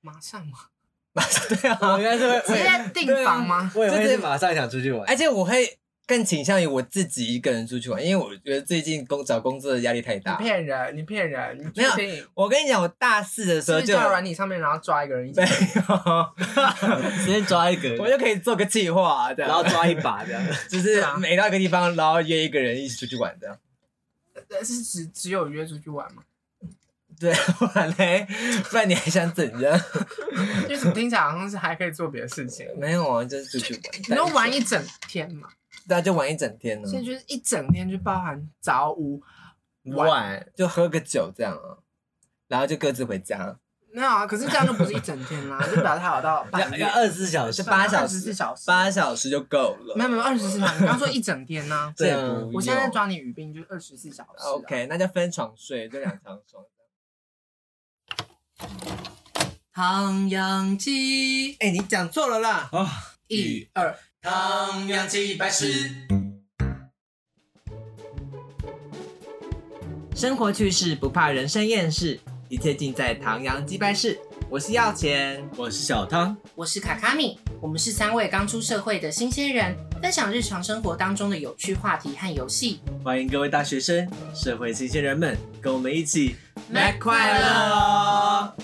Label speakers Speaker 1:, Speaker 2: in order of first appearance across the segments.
Speaker 1: 马上嘛，
Speaker 2: 马上 对啊
Speaker 3: 我，应该是
Speaker 1: 直
Speaker 3: 会，我也
Speaker 1: 接订房吗？
Speaker 3: 我也
Speaker 2: 就
Speaker 3: 会
Speaker 2: 是
Speaker 3: 马上想出去玩
Speaker 2: 而。且我会更倾向于我自己一个人出去玩，因为我觉得最近工找工作的压力太
Speaker 1: 你
Speaker 2: 大。
Speaker 1: 骗人，你骗人，你
Speaker 2: 没有
Speaker 1: 确定
Speaker 2: 我跟你讲，我大四的时候
Speaker 1: 社
Speaker 2: 就有
Speaker 1: 交软体上面，然后抓一个人一起
Speaker 2: 没。有，
Speaker 3: 直接抓一个
Speaker 2: 我就可以做个计划，这
Speaker 3: 然后
Speaker 2: 样，
Speaker 3: 抓一把 这样。
Speaker 2: 就是
Speaker 1: 啊
Speaker 2: 每到一个地方，然后约一个人一起出去玩，这样。
Speaker 1: 呃是只只有约出去玩吗？
Speaker 2: 对， 不然嘞，不然你还想怎样？
Speaker 1: 因为怎么听起来好像是还可以做别的事情，
Speaker 2: 没有啊，就是出去玩。
Speaker 1: 你能玩一整天嘛？
Speaker 2: 大家就玩一整天呢，
Speaker 1: 所以就是一整天就包含早午，
Speaker 3: 晚
Speaker 2: 就喝个酒这样啊，然后就各自回家。
Speaker 1: 没有啊？可是这样就不是一整天啦，就表示好到半夜
Speaker 3: 要要二十四小时
Speaker 2: 就，八小
Speaker 1: 十四
Speaker 2: 时，
Speaker 1: 小时，
Speaker 2: 八小时就够了。。
Speaker 1: 没有没有二十四小时，你刚说一整天呢
Speaker 3: 对
Speaker 2: 这
Speaker 3: 啊
Speaker 2: 不
Speaker 1: 我现在
Speaker 2: 用
Speaker 1: 抓你语病就是二十四小时啊。
Speaker 2: OK，那就分床睡，就两床床。
Speaker 1: 唐扬鸡，
Speaker 2: 哎、你讲错了啦！
Speaker 1: 一二，
Speaker 3: 唐扬鸡百事。
Speaker 2: 生活趣事不怕人生厌世，一切尽在唐阳鸡拜室。我是要钱，
Speaker 3: 我是小汤，
Speaker 1: 我是卡卡米，我们是三位刚出社会的新鲜人，分享日常生活当中的有趣话题和游戏。
Speaker 3: 欢迎各位大学生、社会新鲜人们，跟我们一起
Speaker 1: Mac
Speaker 2: 快乐！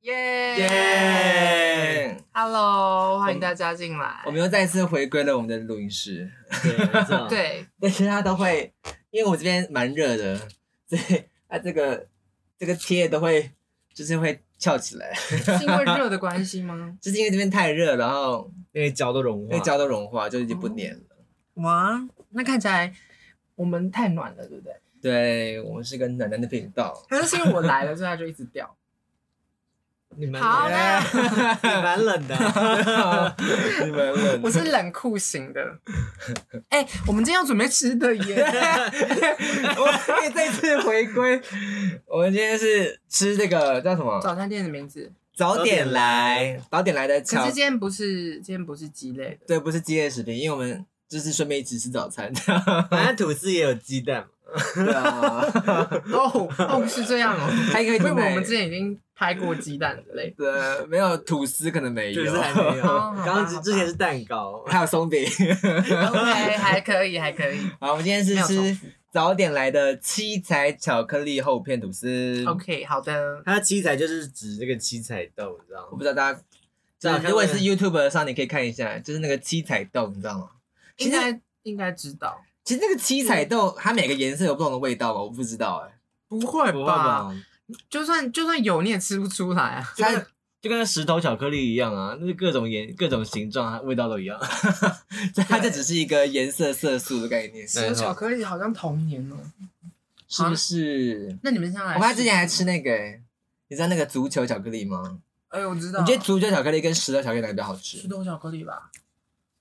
Speaker 1: 耶
Speaker 2: 耶、
Speaker 1: ！Hello，欢迎大家进来。
Speaker 2: 我们又啊再次回归了我们的录音室，
Speaker 3: 对，没错，
Speaker 1: 对，
Speaker 2: 但是它都会，因为我这边蛮热的，所以它这个这个贴都会就是会翘起来，？
Speaker 1: 是因为热的关系吗
Speaker 2: 就是因为这边太热，然后
Speaker 3: 那个胶都融化，
Speaker 2: 那胶都融化，就已经不粘了。啊
Speaker 1: 哇，那看起来我们太暖了，对 不对？
Speaker 2: 对我们是个暖男的频道，
Speaker 1: 可是是因为我来了，所以它就一直掉。
Speaker 3: 你蛮
Speaker 1: 好
Speaker 3: 冷
Speaker 1: 嘞，
Speaker 3: 的， 你蛮冷的，
Speaker 2: 你们问
Speaker 1: 我是冷酷型 的。哎、我们今天要准备吃的耶！
Speaker 2: 我们这次回归，我们今天是吃这个叫什么？
Speaker 1: 早餐店的名字，
Speaker 2: 早点来，早点来的
Speaker 1: 可
Speaker 2: 巧
Speaker 1: 是，今天不是今天不是鸡类的，
Speaker 2: 对，不是饥饿食品，因为我们就是顺便一起吃早餐。
Speaker 3: 反正吐司也有鸡蛋嘛，
Speaker 2: 对啊，
Speaker 1: 哦哦是这样哦，
Speaker 2: 还可以
Speaker 1: 因
Speaker 2: 煮
Speaker 1: 为我
Speaker 2: 奶
Speaker 1: 们之前已经拍过鸡蛋的类。
Speaker 2: 对，没有吐司可能没
Speaker 3: 吐
Speaker 2: 有
Speaker 3: 司，还没有，
Speaker 1: 哦好吧
Speaker 3: 刚刚之之前是蛋糕，
Speaker 2: 还有松饼。
Speaker 1: OK，还可以，还可以。
Speaker 2: 好，我们今天是
Speaker 1: 没有重
Speaker 2: 吃早点来的七彩巧克力厚片吐司。
Speaker 1: OK，好的。
Speaker 3: 它的七彩就是指这个七彩豆，你知道
Speaker 2: 我
Speaker 3: 吗？
Speaker 2: 不知道大家，
Speaker 3: 对
Speaker 2: 就是如果是 YouTube 上，你可以看一下，就是那个七彩豆，你知道吗？其
Speaker 1: 应
Speaker 2: 实
Speaker 1: 该应该知道，
Speaker 2: 其实那个七彩豆，它每个颜色有不同的味道吧？我不知道哎、
Speaker 1: 不会
Speaker 3: 不会吧？
Speaker 1: 就算就算有，你也吃不出来啊。
Speaker 3: 就跟就跟石头巧克力一样啊，那是各种颜、各种形状、味道都一样。
Speaker 2: 所以它就只是一个颜色色素的概念，
Speaker 3: 没
Speaker 1: 吃
Speaker 3: 错
Speaker 1: 巧克力好像童年哦。
Speaker 2: 是不是？
Speaker 1: 那你们上来，
Speaker 2: 我妈之前还吃那个、欸，你知道那个足球巧克力吗？
Speaker 1: 哎，我知道。
Speaker 2: 你觉得足球巧克力跟石头巧克力哪个比较好
Speaker 1: 石
Speaker 2: 吃？
Speaker 1: 头巧克力吧，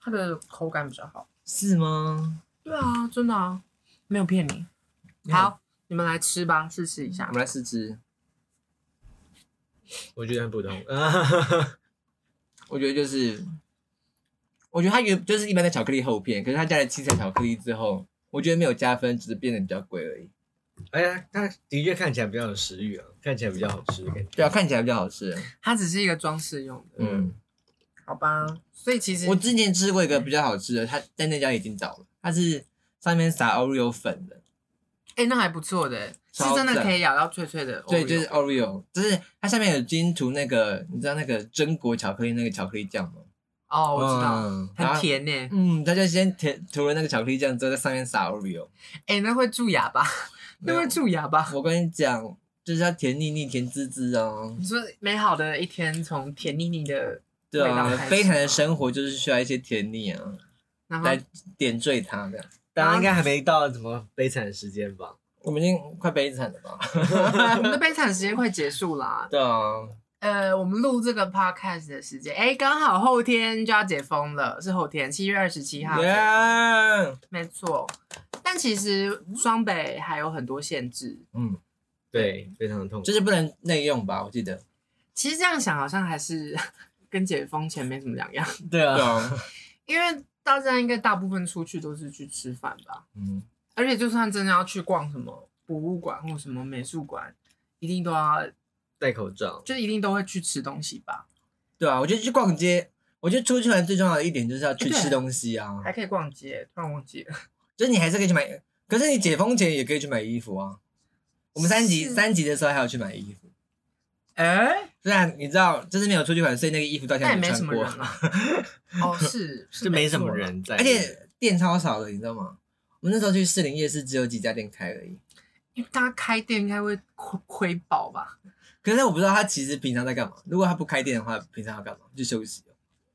Speaker 1: 它的口感比较好。
Speaker 2: 是吗？
Speaker 1: 对啊，真的啊，没有骗你。好，你们来吃吧，试试一下
Speaker 2: 我。们来试吃，
Speaker 3: 我觉得很普 通，
Speaker 2: 我觉得就是，我觉得它原就是一般的巧克力厚片，可是它加了七彩巧克力之后，我觉得没有加分，只是变得比较贵而已。
Speaker 3: 哎呀，它的确看起来比较有食欲啊，看起来比较好吃的感觉。
Speaker 2: 对啊，看起来比较好吃。
Speaker 1: 它只是一个装饰用的，
Speaker 2: 嗯。
Speaker 1: 好吧？所以其实
Speaker 2: 我之前吃过一个比较好吃的，它在那家已经倒了，它是上面撒 Oreo 粉的，
Speaker 1: 哎、那还不错的欸，是
Speaker 2: 超
Speaker 1: 真的
Speaker 2: 赞
Speaker 1: 可以咬到脆脆的。
Speaker 2: 对，就是。Oreo，就是它下面有金涂那个，你知道那个榛果巧克力那个巧克力酱吗？
Speaker 1: 哦，我知道，
Speaker 2: 嗯
Speaker 1: 很。甜呢、欸。
Speaker 2: 然后嗯，它就先填涂了那个巧克力酱之后，在上面撒 Oreo。
Speaker 1: 哎、那会蛀牙 吧？那
Speaker 2: 没有
Speaker 1: 会蛀牙吧？
Speaker 2: 我跟你讲，就是要甜腻腻、甜滋滋哦。
Speaker 1: 你说美好的一天从甜腻腻的，
Speaker 2: 对
Speaker 1: 味道
Speaker 2: 啊
Speaker 1: 开，始
Speaker 2: 非常的生活就是需要一些甜腻啊，
Speaker 1: 然后
Speaker 2: 来点缀它这样。
Speaker 3: 大家应该还没到什么悲惨的时间吧？
Speaker 2: 我们已经快悲惨了吧？
Speaker 1: 啊我们的悲惨时间快结束啦。
Speaker 2: 对啊，
Speaker 1: 呃，我们录这个 podcast 的时间，哎、刚好后天就要解封了，是后天，七月二十七号。
Speaker 2: 耶，
Speaker 1: 没错。但其实双北还有很多限制，
Speaker 2: 嗯，
Speaker 3: 对，非常的痛苦
Speaker 2: 就。是不能内用吧？我记得。
Speaker 1: 其实这样想好像还是 跟解封前没什么两样，
Speaker 3: 对啊
Speaker 2: 对，啊，
Speaker 1: 因为大家应该大部分出去都是去吃饭吧，
Speaker 2: 嗯，
Speaker 1: 而且就算真的要去逛什么博物馆或什么美术馆，一定都要
Speaker 3: 戴口罩，
Speaker 1: 就一定都会去吃东西吧？
Speaker 2: 对啊，我觉得去逛街，我觉得出去玩最重要的一点就是要去
Speaker 1: 对
Speaker 2: 吃东西啊，
Speaker 1: 还可以逛街，突然忘记了。
Speaker 2: 就是你还是可以去买，可是你解封前也可以去买衣服啊。我们三级
Speaker 1: 是
Speaker 2: 三级的时候还有去买衣服，
Speaker 1: 哎、
Speaker 2: 虽然你知道就是没有出去玩，所以那个衣服到现
Speaker 1: 那
Speaker 2: 在
Speaker 1: 也没
Speaker 2: 穿
Speaker 1: 什么
Speaker 2: 过
Speaker 1: 人，啊。哦，是是
Speaker 3: 就没什么
Speaker 1: 错啦。
Speaker 3: 人在，
Speaker 2: 而且店超少的，你知道吗？我们那时候去士林夜市只有几家店开而已，
Speaker 1: 因为大家开店应该会亏亏爆吧？
Speaker 2: 可是我不知道他其实平常在干嘛。如果他不开店的话，平常要干嘛？就休息。哦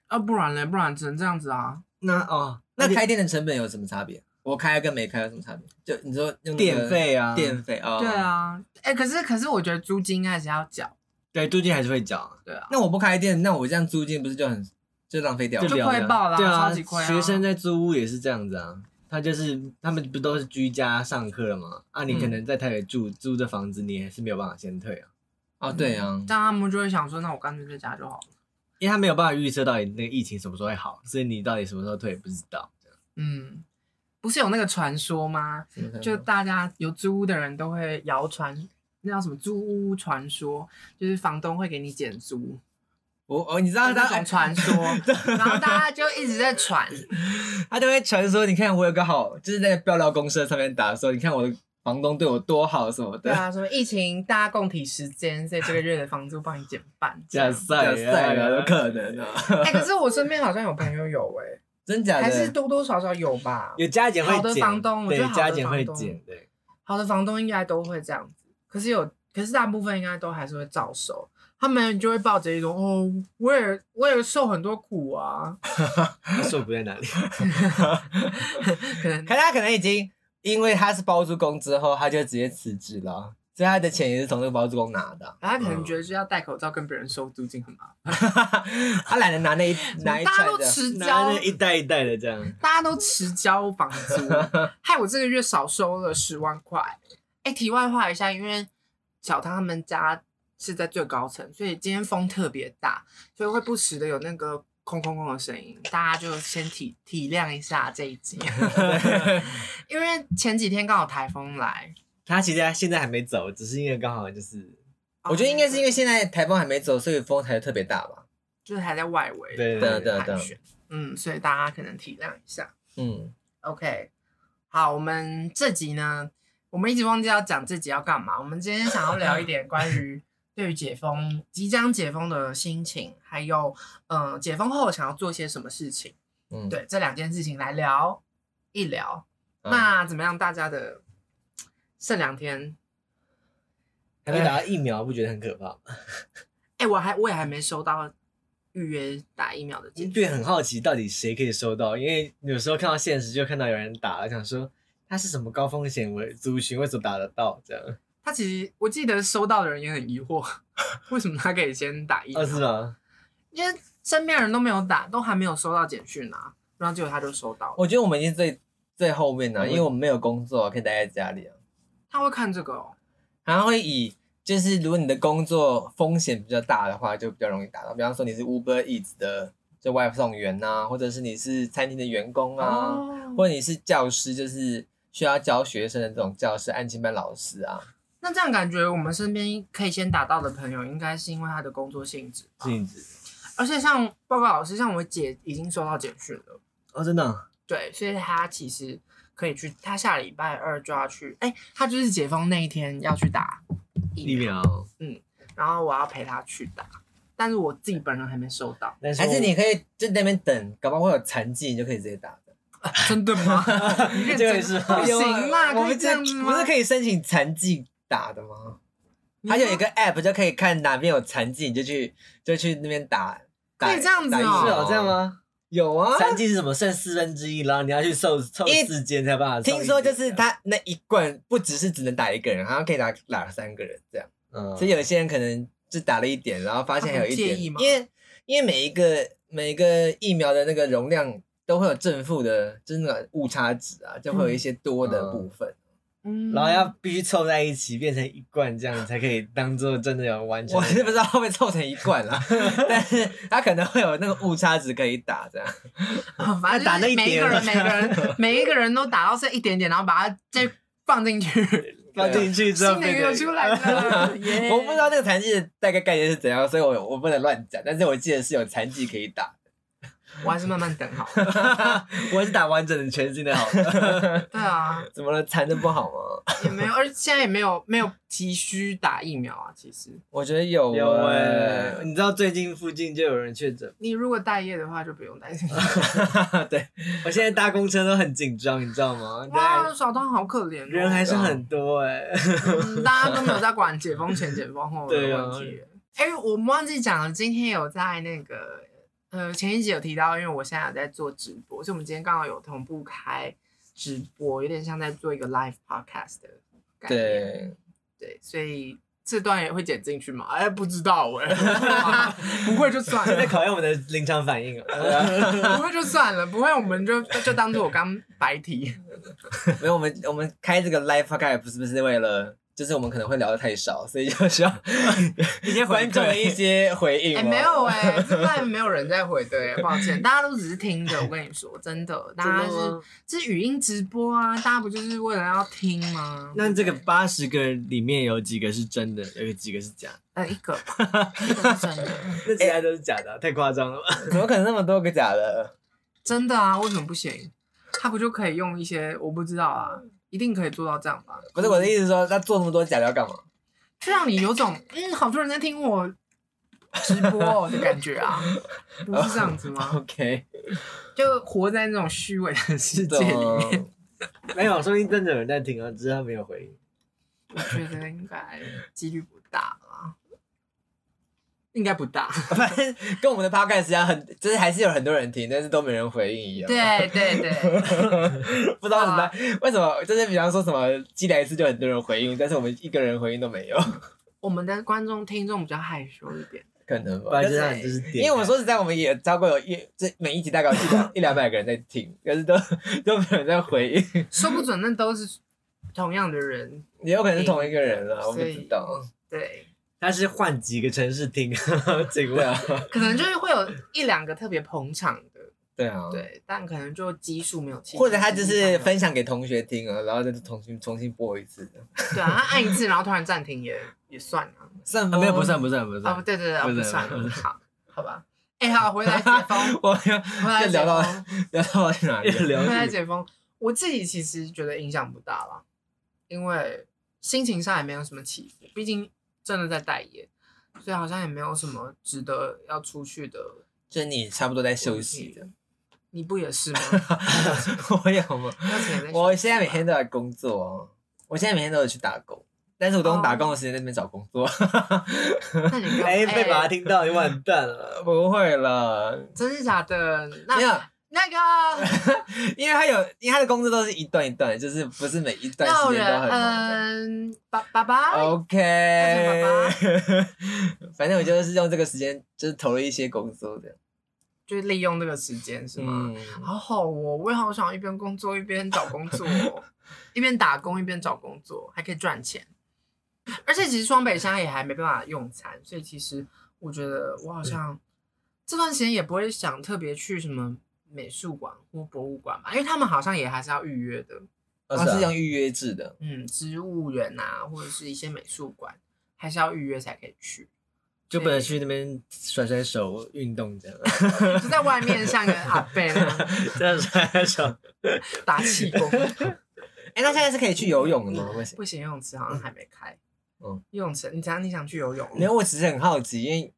Speaker 1: 啊，不然嘞，不然只能这样子啊。
Speaker 3: 那哦，
Speaker 2: 那
Speaker 3: 开
Speaker 2: 开店的成本有什么差别？我开跟没开有什么差别？就你说用那个
Speaker 3: 电、费啊，
Speaker 2: 电费哦，
Speaker 1: 对。啊，哎、可是可是我觉得租金还是要缴，
Speaker 3: 对租金还是会缴，
Speaker 1: 对啊，
Speaker 2: 那我不开店，那我这样租金不是就很就浪费掉
Speaker 3: 就
Speaker 2: 了？
Speaker 1: 就
Speaker 3: 聊聊
Speaker 1: 亏爆啦
Speaker 3: 对啊，
Speaker 1: 超级亏啊
Speaker 3: 学生在租屋也是这样子啊。他就是他们不都是居家上课了吗？啊，
Speaker 2: 嗯
Speaker 3: 你可能在台北住、租的房子，你还是没有办法先退啊，
Speaker 2: 哦，对啊，
Speaker 1: 这样他们就会想说，那我干脆在家就好了。
Speaker 3: 因为他没有办法预测到底那个疫情什么时候会好，所以你到底什么时候退也不知道。
Speaker 1: 嗯，不是有那个传说吗？
Speaker 2: 什么才
Speaker 1: 就大家有租屋的人都会谣传，那叫什么租屋传说，就是房东会给你减租，
Speaker 2: 我哦，你知道
Speaker 1: 那
Speaker 2: 他
Speaker 1: 种传说， 然后大家就一直在传，
Speaker 2: 他就会传说，你看我有个好，就是在爆料公社上面打说，你看我的房东对我多好什么
Speaker 1: 对
Speaker 2: 的。
Speaker 1: 啊，什么疫情大家共体时间，所以这个月的房租帮你减半。这
Speaker 3: 假
Speaker 1: 样。
Speaker 3: 赛
Speaker 2: 赛啊
Speaker 3: 啊
Speaker 2: 了，有啊可能啊，
Speaker 1: 哎、可是我身边好像有朋友有哎、
Speaker 2: 真假
Speaker 1: 还是
Speaker 2: 的？
Speaker 1: 多多少少有吧。
Speaker 3: 有加减会减，
Speaker 1: 好的房东我觉
Speaker 3: 对
Speaker 1: 得好的
Speaker 3: 加减会
Speaker 1: 房东
Speaker 3: 减，对，
Speaker 1: 好的房东应该都会这样子，可是有，可是大部分应该都还是会照收。他们就会抱着一种哦，我也我也受很多苦啊，
Speaker 3: 他受苦在哪里？
Speaker 1: 可能
Speaker 2: 可他可能已经因为他是包租公之后，他就直接辞职了啊，所以他的钱也是从这个包租公拿的啊。
Speaker 1: 他可能觉得就要戴口罩跟别人收租金很麻
Speaker 2: 他懒得 拿那一拿
Speaker 1: 烦，大家
Speaker 2: 一串
Speaker 1: 都啊
Speaker 2: 的，
Speaker 1: 迟
Speaker 3: 然
Speaker 1: 交
Speaker 3: 后，一代一代的这样，
Speaker 1: 大家都迟交房租，害我这个月少收了十万块。哎、题外话一下，因为小汤他们家是在最高层，所以今天风特别大，所以会不时的有那个空空空的声音，大家就先体体谅一下这一 集。因为前几天刚好台风来，
Speaker 3: 他其实现在还没走，只是因为刚好就是
Speaker 1: 哦
Speaker 2: 我觉得应该是因
Speaker 1: 为
Speaker 2: 为现在台风还没走，所以风才特别大吧。
Speaker 1: 就是还在外围，
Speaker 3: 对
Speaker 2: 对啊对
Speaker 1: 盘旋，嗯，所以大家可能体谅一下。
Speaker 2: 嗯，
Speaker 1: OK，好，我们这集呢，我们一直忘记要讲这集要干嘛。我们今天想要聊一点关 于对于解封即将解封的心情，还有嗯、呃解封后想要做些什么事情，
Speaker 2: 嗯，
Speaker 1: 对这两件事情来聊一聊。
Speaker 2: 嗯
Speaker 1: 那怎么样？大家的剩两天，
Speaker 3: 还没打到疫苗，不觉得很可怕吗？
Speaker 1: 哎、我还我也还没收到预约打疫苗的
Speaker 3: 就
Speaker 1: 简讯
Speaker 3: 变很好奇，到底谁可以收到？因为有时候看到现实，就看到有人打了，想说他是什么高风险为族群，为什么打得到？这样
Speaker 1: 他其实我记得收到的人也很疑惑， 为什么他可以先打疫苗？
Speaker 2: 呃
Speaker 3: 哦，是吗？
Speaker 1: 因为身边人都没有打，都还没有收到简讯啊，然后结果他就收到了。
Speaker 2: 我觉得我们已经最最后面了，
Speaker 3: 嗯
Speaker 2: 因为我们没有工作，可以待在家里啊。
Speaker 1: 他会看这个哦，
Speaker 2: 然后会以就是如果你的工作风险比较大的话，就比较容易打到。比方说你是 Uber Eats 的就外送员呐、或者是你是餐厅的员工啊，
Speaker 1: 哦，
Speaker 2: 或者你是教师，就是需要教学生的这种教师、安亲班老师啊。
Speaker 1: 那这样感觉我们身边可以先打到的朋友，应该是因为他的工作性质吧。
Speaker 3: 镜子
Speaker 1: 而且像报告老师，像我姐已经收到简讯了，
Speaker 3: 哦，真的哦
Speaker 1: 对，所以她其实可以去，她下礼拜二就要去，哎、她就是解封那一天要去打疫
Speaker 3: 疫
Speaker 1: 苗，
Speaker 3: 苗，
Speaker 1: 然后我要陪她去打，但是我自己本人还没收到，
Speaker 3: 但是
Speaker 2: 还
Speaker 3: 我
Speaker 2: 是你可以就在那边等，搞不好会有残疾，你就可以直接打的。
Speaker 1: 真的 吗？
Speaker 3: 这个也是
Speaker 1: 不行啦，
Speaker 2: 我
Speaker 1: 可以
Speaker 2: 们
Speaker 1: 这样子吗？
Speaker 2: 不是可以申请残疾打的吗？它有一个 app 就可以看哪边有残疾，你就去就去那边打。打
Speaker 1: 可以这样子
Speaker 2: 打疫苗
Speaker 1: 哦
Speaker 3: 是哦，这样？吗？
Speaker 2: 有啊，
Speaker 3: 三剂是什么？剩四分之一，然后你要去凑凑
Speaker 2: 因为
Speaker 3: 四间才有办法凑一间。
Speaker 2: 听说就是他那一罐不只是只能打一个人，好像可以打打三个人这样。
Speaker 3: 嗯，
Speaker 2: 所以有些人可能就打了一点，然后发现还有一
Speaker 1: 他
Speaker 2: 点，
Speaker 1: 很介意
Speaker 2: 因
Speaker 1: 吗
Speaker 2: 为因为每一个每一个疫苗的那个容量都会有正负的，就是那个误差值啊，就会有一些多
Speaker 3: 嗯
Speaker 2: 的部分。
Speaker 1: 嗯
Speaker 3: 然后要必须凑在一起变成一罐，这样才可以当做真的有完成。
Speaker 2: 我是不知道会不会凑成一罐啦， 但是它可能会有那个误差值可以打这样。
Speaker 1: 反正
Speaker 3: 打那
Speaker 1: 就是
Speaker 3: 一
Speaker 1: 每一
Speaker 3: 点
Speaker 1: 个人，每个人，每一个人都打到剩一点点，然后把它再放进去。
Speaker 3: 放进去之后
Speaker 1: 新的
Speaker 3: 变
Speaker 1: 又
Speaker 3: 成
Speaker 1: 出来了， 耶！
Speaker 2: 我不知道那个残疾的大概概念是怎样，所以我我不能乱讲。但是我记得是有残疾可以打，
Speaker 1: 我还是慢慢等好了。
Speaker 3: 我是打完整的全新的好了。
Speaker 1: 对啊，
Speaker 2: 怎么了？残的不好吗？
Speaker 1: 也没有，而且现在也没有没有急需打疫苗啊。其实
Speaker 2: 我觉得有啊
Speaker 3: 有哎、
Speaker 2: 欸
Speaker 3: 你知道最近附近就有人确诊，
Speaker 1: 你如果待业的话，就不用 担心。
Speaker 3: 对 我现在搭公车都很紧张，你知道吗？
Speaker 1: 哇，
Speaker 3: 人
Speaker 1: 小汤好可怜哦、
Speaker 3: 人还是很多哎、
Speaker 1: 嗯大家都没有在管解封前、解封后的
Speaker 3: 对啊
Speaker 1: 问题。哎、我们忘记讲了，今天有在那个呃前一集有提到，因为我现在有在做直播，所以我们今天刚好有同步开直播，有点像在做一个 live podcast 的概念。
Speaker 2: 对，
Speaker 1: 对，所以这段也会剪进去吗？哎、不知道哎、 不会就算
Speaker 3: 在
Speaker 1: 了，
Speaker 3: 考验我们的临场反 应啊了。
Speaker 1: 不会就算了，不会我们就就当做我刚白提。
Speaker 2: 没有我们我们开这个 live podcast 不是不是为了，就是我们可能会聊的太少，所以就需要
Speaker 3: 一些
Speaker 2: 观众的一些回应
Speaker 1: 哎、
Speaker 2: 吗。
Speaker 1: 没有哎、这半没有人在回对，抱歉，大家都只是听着。我跟你说，真的，大家是这是语音直播啊，大家不就是为了要听吗？
Speaker 3: 那这个八十个里面有几个是真的，有几个是假的？
Speaker 1: 呃一个吧，一个是真的，
Speaker 3: 那其他都是假的啊、太夸张了吧？
Speaker 2: 怎么可能那么多个假的？
Speaker 1: 真的啊，为什么不行？他不就可以用一些我不知道啊，一定可以做到这样吧？
Speaker 2: 不是我的意思是说，他做那么多假的要干嘛？
Speaker 1: 就让你有种嗯，好多人在听我直播、哦、的感觉啊，不是这样子吗？
Speaker 2: OK，
Speaker 1: 就活在那种虚伪的世界
Speaker 2: 怎
Speaker 1: 里面，
Speaker 2: 么？
Speaker 3: 没有，说不定真的有人在听啊，只是他没有回应。
Speaker 1: 我觉得应该几率不大啦，应该不大。
Speaker 2: 反正跟我们的 podcast 一样，很就是还是有很多人听，但是都没人回应一样。
Speaker 1: 对对对，
Speaker 2: 不知道怎么办为什么，就是比方说什么寄来一次就很多人回应，但是我们一个人回应都没有，
Speaker 1: 我们的观众听众比较害羞一点，
Speaker 2: 可能吧
Speaker 3: 本。来就他就是点开，
Speaker 2: 因
Speaker 3: 啊
Speaker 2: 为我说实在，我们也超过有一这每一集大概有一 两一两百个人在听，可是都都没有人在回 应，
Speaker 1: 说不准那都是同样的人。
Speaker 2: 也有可能是同一个人啊了，我不
Speaker 1: 所以
Speaker 2: 知道。
Speaker 1: 对，
Speaker 3: 他是换几个城市听，啊 这个问
Speaker 2: 啊
Speaker 3: 题
Speaker 1: 可能就是会有一两个特别捧场的，
Speaker 2: 对啊，，
Speaker 1: 对，但可能就基数没有七十。
Speaker 2: 或者他就是
Speaker 1: 分
Speaker 2: 分享给同学听啊，然后再重新重新播一次，
Speaker 1: 对啊，他按一次，然后突然暂停也也算啊。
Speaker 2: 算
Speaker 3: 啊
Speaker 2: 吗？
Speaker 3: 没有不。算不算不
Speaker 1: 哦，
Speaker 3: 算，
Speaker 1: 对对对，哦
Speaker 3: 不
Speaker 1: 不
Speaker 3: 是
Speaker 1: 算
Speaker 3: 不是，
Speaker 1: 好，好吧。哎，好，回来解封，
Speaker 2: 我又
Speaker 1: 回来
Speaker 2: 又
Speaker 1: 解
Speaker 2: 聊到
Speaker 1: 封。
Speaker 2: 聊到哪里啊
Speaker 3: 越
Speaker 2: 了？
Speaker 3: 聊
Speaker 1: 回来
Speaker 3: 越
Speaker 1: 解封，我自己其实觉得影响不大啦，因为心情上也没有什么起伏，毕竟真的在待业，所以好像也没有什么值得要出去的
Speaker 2: 就是你差不多在休
Speaker 1: 问
Speaker 2: 息
Speaker 1: 题。你不也是吗？
Speaker 2: 我有吗？
Speaker 1: 要钱在
Speaker 2: 我
Speaker 1: 休息
Speaker 2: 现在每
Speaker 1: 吧
Speaker 2: 天都在工作哦，我现在每天都有去打工，但是我都用打工的
Speaker 1: 哦
Speaker 2: 时间在那边找工 作。
Speaker 1: 那你
Speaker 3: 哎
Speaker 1: 跟
Speaker 3: 被爸爸
Speaker 1: 哎
Speaker 3: 听到，你完蛋了。
Speaker 2: 不会了，
Speaker 1: 真是假的？
Speaker 2: 没有
Speaker 1: 那，那 个
Speaker 2: 因为他有，因为他的工作都是一段一段的，就是不是每一段
Speaker 1: 闹
Speaker 2: 时
Speaker 1: 人
Speaker 2: 间都很忙的。
Speaker 1: 嗯，爸爸爸，
Speaker 2: OK，
Speaker 1: 那
Speaker 2: 反正我就是用这个时间，就是投了一些工作的。
Speaker 1: 就是利用这个时间是吗？
Speaker 2: 嗯，
Speaker 1: 好好哦，我也好想一边工作一边找工作、哦，一边打工一边找工作，还可以赚钱。而且其实双北现在也还没办法用餐，所以其实我觉得我好像这段时间也不会想特别去什么美术馆或博物馆吧，因为他们好像也还是要预约的，
Speaker 2: 我是用预约制的。
Speaker 1: 嗯，植物园啊或者是一些美术馆还是要预约才可以去，
Speaker 3: 就不能去那边甩甩手运动 这样，
Speaker 1: 就在外面像个阿贝那样
Speaker 3: 这样甩甩 手。
Speaker 1: 打气功。
Speaker 2: 哎，那现在是可以去游泳的吗？不行。
Speaker 1: 不行，游泳池好像还没开。
Speaker 2: 嗯，
Speaker 1: 游泳池，你想你想去游泳，
Speaker 2: 没有，我只是很好奇，因为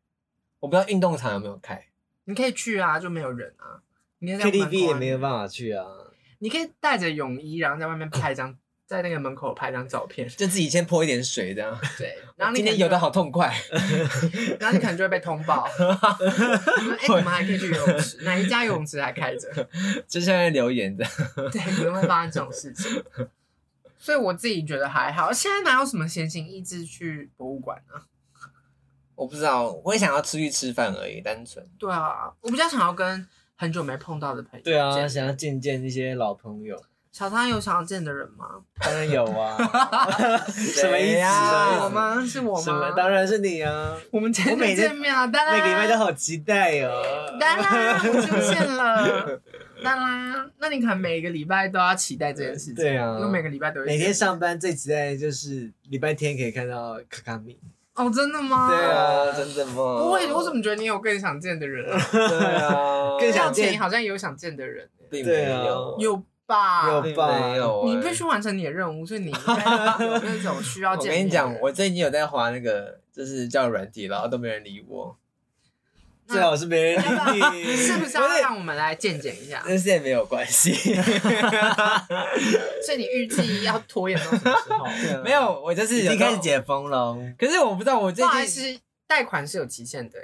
Speaker 2: 我不知道运动场有没有开。
Speaker 1: 你可以去啊，就没有人啊。你可以在门口
Speaker 3: KTV 也没有
Speaker 1: 法，
Speaker 3: 办法去啊，
Speaker 1: 你可以带着泳衣，然后在外面拍一张，在那个门口拍一张照片。
Speaker 2: 就自己先泼一点水这样。
Speaker 1: 对，然后你
Speaker 2: 今
Speaker 1: 可能
Speaker 2: 天游
Speaker 1: 就
Speaker 2: 的，好痛快，
Speaker 1: 然后你可能就会被通报。你说哎，我们还可以去游泳池，哪一家游泳池还开着？
Speaker 2: 就像在留言的。
Speaker 1: 对，可能会发生这种事情。所以我自己觉得还好，现在哪有什么闲情逸致去博物馆啊？
Speaker 2: 我不知道，我也想要出去吃饭而已，单纯。
Speaker 1: 对啊，我比较想要跟很久没碰到的朋友见。
Speaker 3: 对啊，想要见见一些老朋友，
Speaker 1: 小汤有想要见的人吗？
Speaker 3: 当然有啊， 什么意
Speaker 2: 谁
Speaker 3: 思？
Speaker 2: 呀
Speaker 1: 是
Speaker 2: 啊
Speaker 1: 我吗？是我
Speaker 3: 什么？
Speaker 1: 吗？
Speaker 3: 当然哎是你啊！
Speaker 1: 我们今
Speaker 3: 我每
Speaker 1: 天
Speaker 3: 天
Speaker 1: 见面啊，当然
Speaker 3: 每个礼拜都好期待哦。
Speaker 1: 当然我出现了。那啦，那你可能每个礼拜都要期待这件事情，
Speaker 3: 对啊
Speaker 1: 因为每个礼拜都会
Speaker 3: 每天上班最期待的就是礼拜天可以看到卡卡米。
Speaker 1: 哦，真的吗？
Speaker 3: 对啊
Speaker 2: 真的吗？
Speaker 1: 我也我怎么觉得你有更想见的 人啊？
Speaker 2: 对 啊，
Speaker 3: 更
Speaker 1: 更
Speaker 3: 想
Speaker 1: 想
Speaker 3: 见
Speaker 1: 见，你好像也有想见的人，
Speaker 2: 并没
Speaker 3: 对啊
Speaker 2: 有，
Speaker 1: 有吧？
Speaker 3: 有
Speaker 2: 并没有欸，
Speaker 1: 你必须完成你的任务，所以你应该有那种需要
Speaker 2: 我
Speaker 1: 见
Speaker 2: 跟
Speaker 1: 面的人。
Speaker 2: 你讲，我最近有在滑那个，就是叫软体，然后都没人理我，
Speaker 1: 那
Speaker 3: 最好是没人 理你，
Speaker 1: 是不是要让我们来见见一下？
Speaker 2: 但是也没有关 系。
Speaker 1: 所以你预计要拖延到什么时 候？
Speaker 3: 啊
Speaker 2: 没有，我就是
Speaker 3: 已
Speaker 2: 有
Speaker 3: 经
Speaker 2: 时候
Speaker 3: 开始，解封了哦。
Speaker 2: 可是我不知道我最
Speaker 1: 不好意
Speaker 2: 近
Speaker 1: 思，贷款是有期限的。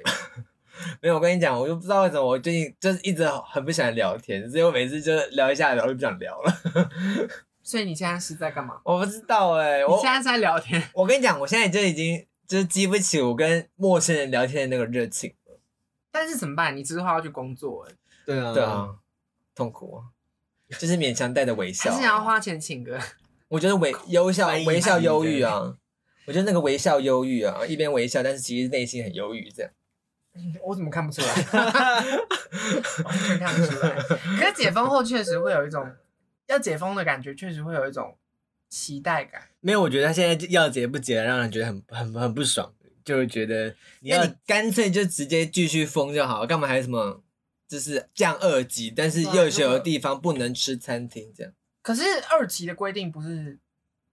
Speaker 2: 没有。我跟你讲，我就不知道为什么我最近就是一直很不喜欢聊天，所以我每次就聊一下，然后就不想聊了。
Speaker 1: 所以你现在是在干嘛？
Speaker 2: 我不知道哎、
Speaker 1: 你
Speaker 2: 我
Speaker 1: 现在是在聊天？
Speaker 2: 我跟你讲，我现在就已经就是激不起我跟陌生人聊天的那个热情。
Speaker 1: 但是怎么办？你之后要去工作欸，
Speaker 3: 对啊，
Speaker 2: 对，啊，痛苦啊，就是勉强带着微笑
Speaker 1: 还是。你要花钱请个？
Speaker 2: 我觉得微忧笑
Speaker 3: 翻译
Speaker 2: 微笑忧郁啊，我觉得那个微笑忧郁啊，一边微笑，但是其实内心很忧郁这样。
Speaker 1: 我怎么看不出来？完全看不出来。可是解封后确实会有一种要解封的感觉，确实会有一种期待感。
Speaker 3: 没有，我觉得他现在要解不解，让人觉得很很很不爽，就是觉得你要
Speaker 2: 那你干脆就直接继续封就好，干嘛还有什么就是降二级，但是
Speaker 1: 啊
Speaker 2: 又有的地方不能吃餐厅这样。
Speaker 1: 可是二级的规定不是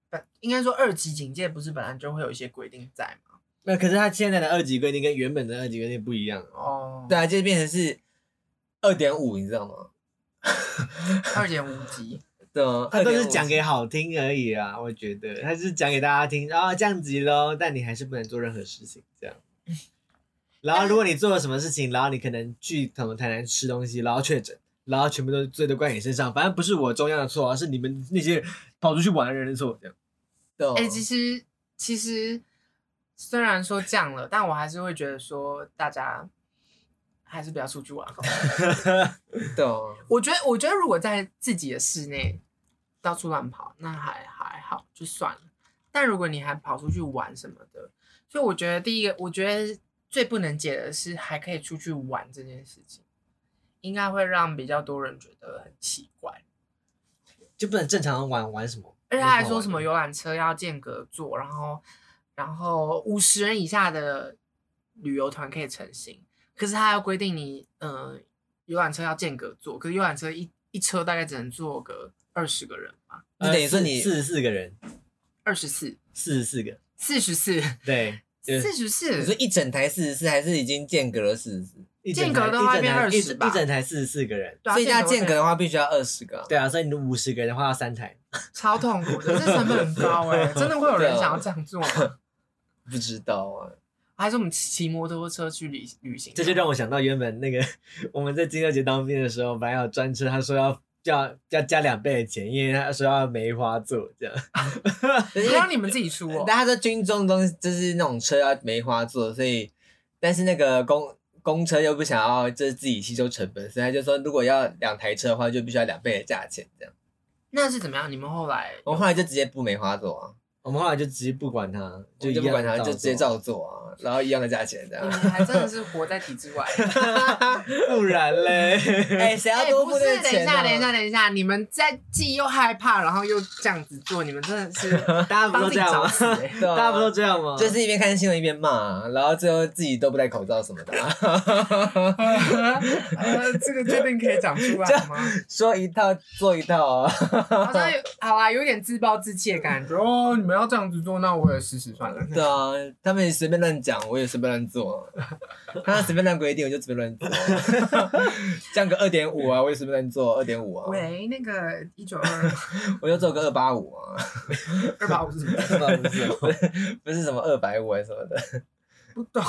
Speaker 1: 本应该说二级警戒不是本来就会有一些规定在嘛？
Speaker 3: 那可是他现在的二级规定跟原本的二级规定不一样哦。
Speaker 1: 哦，
Speaker 2: 对，啊，就变成是二点五，你知道吗？
Speaker 1: 二点五级，
Speaker 2: 对啊，
Speaker 3: 他都是
Speaker 2: 2.5
Speaker 3: 讲给好听而已啊，我觉得他是讲给大家听啊，降级喽，但你还是不能做任何事情 这样。然后如果你做了什么事情，然后你可能去什么台南吃东西，然后确诊，然后全部都罪都怪你身上，反正不是我中央的错、啊，是你们那些跑出去玩的人的错这样。
Speaker 2: 对啊
Speaker 1: 哎、其实其实虽然说降了，但我还是会觉得说大家还是不要出去玩好了。
Speaker 2: 对啊，
Speaker 1: 我觉得，我觉得如果在自己的室内到处乱跑，那还还好，就算了。但如果你还跑出去玩什么的，所以我觉得第一个，我觉得最不能解的是还可以出去玩这件事情，应该会让比较多人觉得很奇怪。
Speaker 3: 就不能正常玩玩什么？
Speaker 1: 而且他还说什么游览车要间隔坐，然后然后五十人以下的旅游团可以成行，可是他要规定你，呃，游览车要间隔坐，可是游览车一一车大概只能坐个二十个人吧，
Speaker 2: 就等于说你
Speaker 3: 呃四十四个人，
Speaker 1: 二十四、
Speaker 3: 四十四个，
Speaker 1: 四十四、
Speaker 3: 对，就是
Speaker 1: 四十
Speaker 2: 你说
Speaker 1: 四，
Speaker 2: 一整台四十四，还是已经间隔了四十四？
Speaker 3: 一整
Speaker 1: 间隔
Speaker 3: 台
Speaker 1: 的
Speaker 3: 一
Speaker 1: 话
Speaker 3: 整
Speaker 1: 变
Speaker 3: 台一
Speaker 1: 20
Speaker 3: 整
Speaker 1: 吧
Speaker 3: 一整台四十四个人。
Speaker 1: 对啊
Speaker 2: 所以大家
Speaker 1: 间
Speaker 2: 间
Speaker 1: 隔
Speaker 2: 隔的话，必须要二十个啊。
Speaker 3: 对啊，所以你五十个人的话要三台，
Speaker 1: 超痛苦的，这成本很高哎、真的会 有
Speaker 2: 啊
Speaker 1: 人想要这样做吗？
Speaker 2: 不知道啊，
Speaker 1: 还是我们骑摩托车去旅旅行？
Speaker 3: 这就让我想到原本那个我们在金六节当兵的时候，本来有专车，他说要要要加两倍的钱，因为他说要梅花座这样。
Speaker 1: 还让你们自己出 哦、
Speaker 2: 大家在军中的东西就是那种车要梅花座，所以但是那个公公车又不想要就是自己吸收成本，所以他就说如果要两台车的话，就必须要两倍的价钱这样。
Speaker 1: 那是怎么样？你们后来
Speaker 2: 我们后来就直接不梅花座啊，
Speaker 3: 我们后来就直接不管他，
Speaker 2: 就
Speaker 3: 一
Speaker 2: 哦就
Speaker 3: 样
Speaker 2: 不管它，
Speaker 3: 照
Speaker 2: 就直接
Speaker 3: 做，
Speaker 2: 照做啊，然后一样的价钱这
Speaker 1: 你们
Speaker 2: 样。
Speaker 1: 还真的是活在体制 外。
Speaker 3: 不然嘞，
Speaker 2: 哎，谁要
Speaker 1: 哎，
Speaker 2: 多
Speaker 1: 不
Speaker 2: 付
Speaker 1: 是，
Speaker 2: 这个
Speaker 1: 等一
Speaker 2: 钱呢啊
Speaker 1: 下，等一下，等一下，你们在既又害怕，然后又这样子做，你们真的 是
Speaker 3: 大家不
Speaker 1: 帮
Speaker 3: 都
Speaker 1: 自己
Speaker 3: 这样
Speaker 1: 找
Speaker 3: 吗？
Speaker 1: 死、 欸。
Speaker 2: 对啊
Speaker 3: 大家不都这样吗？
Speaker 2: 就是一 边看新闻一边骂啊，然后最后自己都不戴口罩什么的啊，
Speaker 1: 呃，这个确定可以讲出来吗？
Speaker 2: 说一套做一套啊。
Speaker 1: 好像有，好啦，有点自暴自弃的感觉。 哦，你们要这样子做，那我也试试算了。
Speaker 2: 对啊，他们也随便乱讲，我也随便乱做。他们随便乱规定，我就随便乱做。 降个二点五啊，我也随便乱做二点五啊，
Speaker 1: 喂，那个一九二
Speaker 2: 我就做个二八五啊，
Speaker 1: 二八五是什么？
Speaker 3: 不好意思
Speaker 2: 不是什么二百五啊还是什么的，
Speaker 1: 不懂，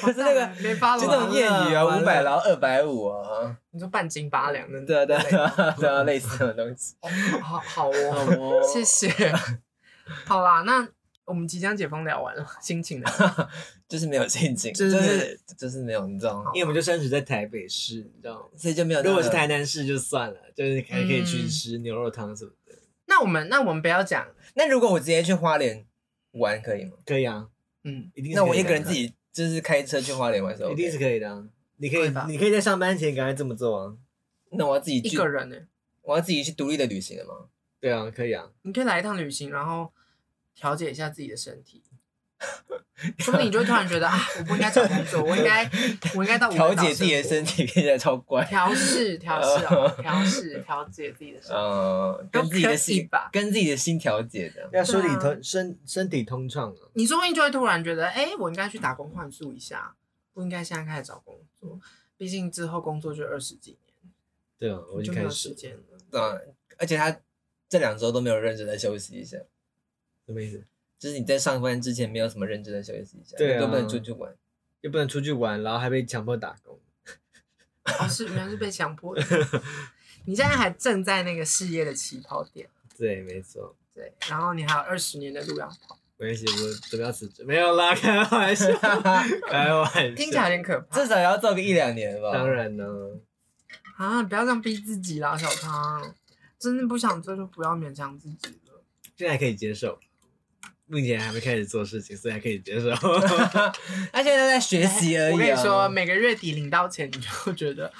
Speaker 1: 可
Speaker 2: 是那个
Speaker 1: 没发了。
Speaker 2: 就那种谚语啊，
Speaker 3: 完
Speaker 2: 五
Speaker 3: 了
Speaker 2: 百然后二百五啊，
Speaker 1: 你说半斤八 两的，
Speaker 2: 对啊对啊对啊，对啊类似这种东西。
Speaker 1: 好好哦，谢谢。好啦，那我们即将解封聊完了，心情聊完了
Speaker 2: 就是没有陷阱，就
Speaker 3: 就是
Speaker 2: 是就是没有，你知道吗？
Speaker 3: 因为我们就身处在台北市，你知道吗？
Speaker 2: 所以就没有那个。
Speaker 3: 如果是台南市就算了，就是还可以
Speaker 2: 嗯
Speaker 3: 去吃牛肉汤什么的，
Speaker 1: 那我们那我们不要讲，
Speaker 2: 那如果我直接去花莲玩可以吗？
Speaker 3: 可以啊，
Speaker 1: 嗯，
Speaker 3: 一定是
Speaker 2: 那
Speaker 3: 可以
Speaker 2: 我一
Speaker 3: 的啊
Speaker 2: 个人自己就是开车去花莲玩是 OK
Speaker 3: 一定是可以的啊。你可
Speaker 1: 可
Speaker 3: 以
Speaker 1: 以吧，
Speaker 3: 你可以在上班前赶快这么做啊。
Speaker 2: 那我要自己
Speaker 1: 一
Speaker 2: 去
Speaker 1: 个，人欸呢、
Speaker 2: 我要自己去独立的旅行了吗？
Speaker 3: 对啊，可以啊，
Speaker 1: 你可以来一趟旅行，然后调节一下自己的身体，说不定你就会突然觉得啊，我不应该找工作，我应该我应该到
Speaker 2: 调节自己的
Speaker 1: 身
Speaker 2: 身体，听起来超怪。
Speaker 1: 调试调试哦调试调节自己的身体。
Speaker 2: 嗯，
Speaker 1: 都
Speaker 2: 跟自己
Speaker 1: 可
Speaker 2: 的
Speaker 1: 以
Speaker 2: 心
Speaker 1: 吧
Speaker 2: 跟自己的心调节的。
Speaker 3: 要身体
Speaker 1: 对啊
Speaker 3: 通身身体通畅啊。
Speaker 1: 你说不定就会突然觉得，哎、我应该去打工换宿一下，不应该现在开始找工作，毕竟之后工作就二十几年，
Speaker 3: 对啊，我
Speaker 1: 就
Speaker 3: 就
Speaker 1: 没
Speaker 3: 开
Speaker 1: 有
Speaker 3: 始
Speaker 1: 时
Speaker 3: 了，
Speaker 1: 间了。
Speaker 2: 嗯，而且他这两周都没有认真的休息一下，
Speaker 3: 什么意思？
Speaker 2: 就是你在上班之前没有什么认真的休息一下，
Speaker 3: 对啊
Speaker 2: 你都不能出去玩。
Speaker 3: 又不能出去玩，然后还被强迫打工。
Speaker 1: 哦，是原来是被强迫的。你现在还正在那个事业的起跑点，
Speaker 3: 对，没错，
Speaker 1: 对，然后你还有二十年的路要跑，
Speaker 3: 没关系，我准备要辞职，没有啦，开 玩笑，开玩笑。
Speaker 1: 听起来有点可怕。
Speaker 2: 至少也要做个一两年吧。
Speaker 3: 当，然呢，
Speaker 1: 啊，不要这样逼自己啦，小汤，真的不想做就不要勉强自己了。
Speaker 3: 现在还可以接受，目前还没开始做事情，所以还可以 接受。
Speaker 2: 他现在在学习 而已、啊。
Speaker 1: 我跟你说，每个月底领到钱，你就会觉得，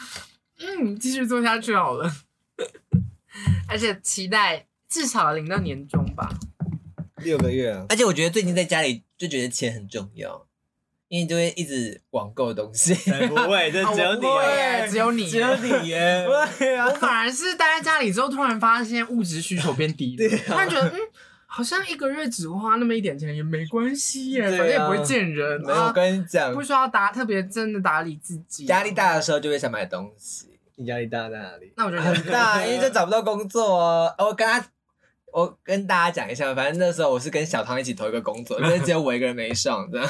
Speaker 1: 嗯，继续做下去好了。 而且期待至少领到年终吧。
Speaker 3: 六个月啊，
Speaker 2: 而且我觉得最近在家里就觉得钱很重要，因为你就会一直网购东西。
Speaker 3: 才不会，这只有
Speaker 1: 哦我
Speaker 3: 你
Speaker 1: 不
Speaker 3: 啊，
Speaker 1: 会只有你
Speaker 3: 只有 你耶。
Speaker 2: 对啊
Speaker 1: 我反而是待在家里之后，突然发现物质需求变 低
Speaker 2: 啊
Speaker 1: 了，突然觉得，嗯，好像一个月只花那么一点钱也没关系耶，
Speaker 3: 对啊
Speaker 1: 反正也不会见人
Speaker 2: 没有，我
Speaker 1: 啊，
Speaker 2: 跟你讲
Speaker 1: 不，需要打特别真的打理自己。
Speaker 2: 压力大的，时候就会想买东西，
Speaker 3: 你压力大在哪里？
Speaker 1: 那我就
Speaker 2: 很大，因为就找不到工作哦。哦我跟他，我跟大家讲一下，反正那时候我是跟小唐一起投一个工作，但是只有我一个人没上，这样。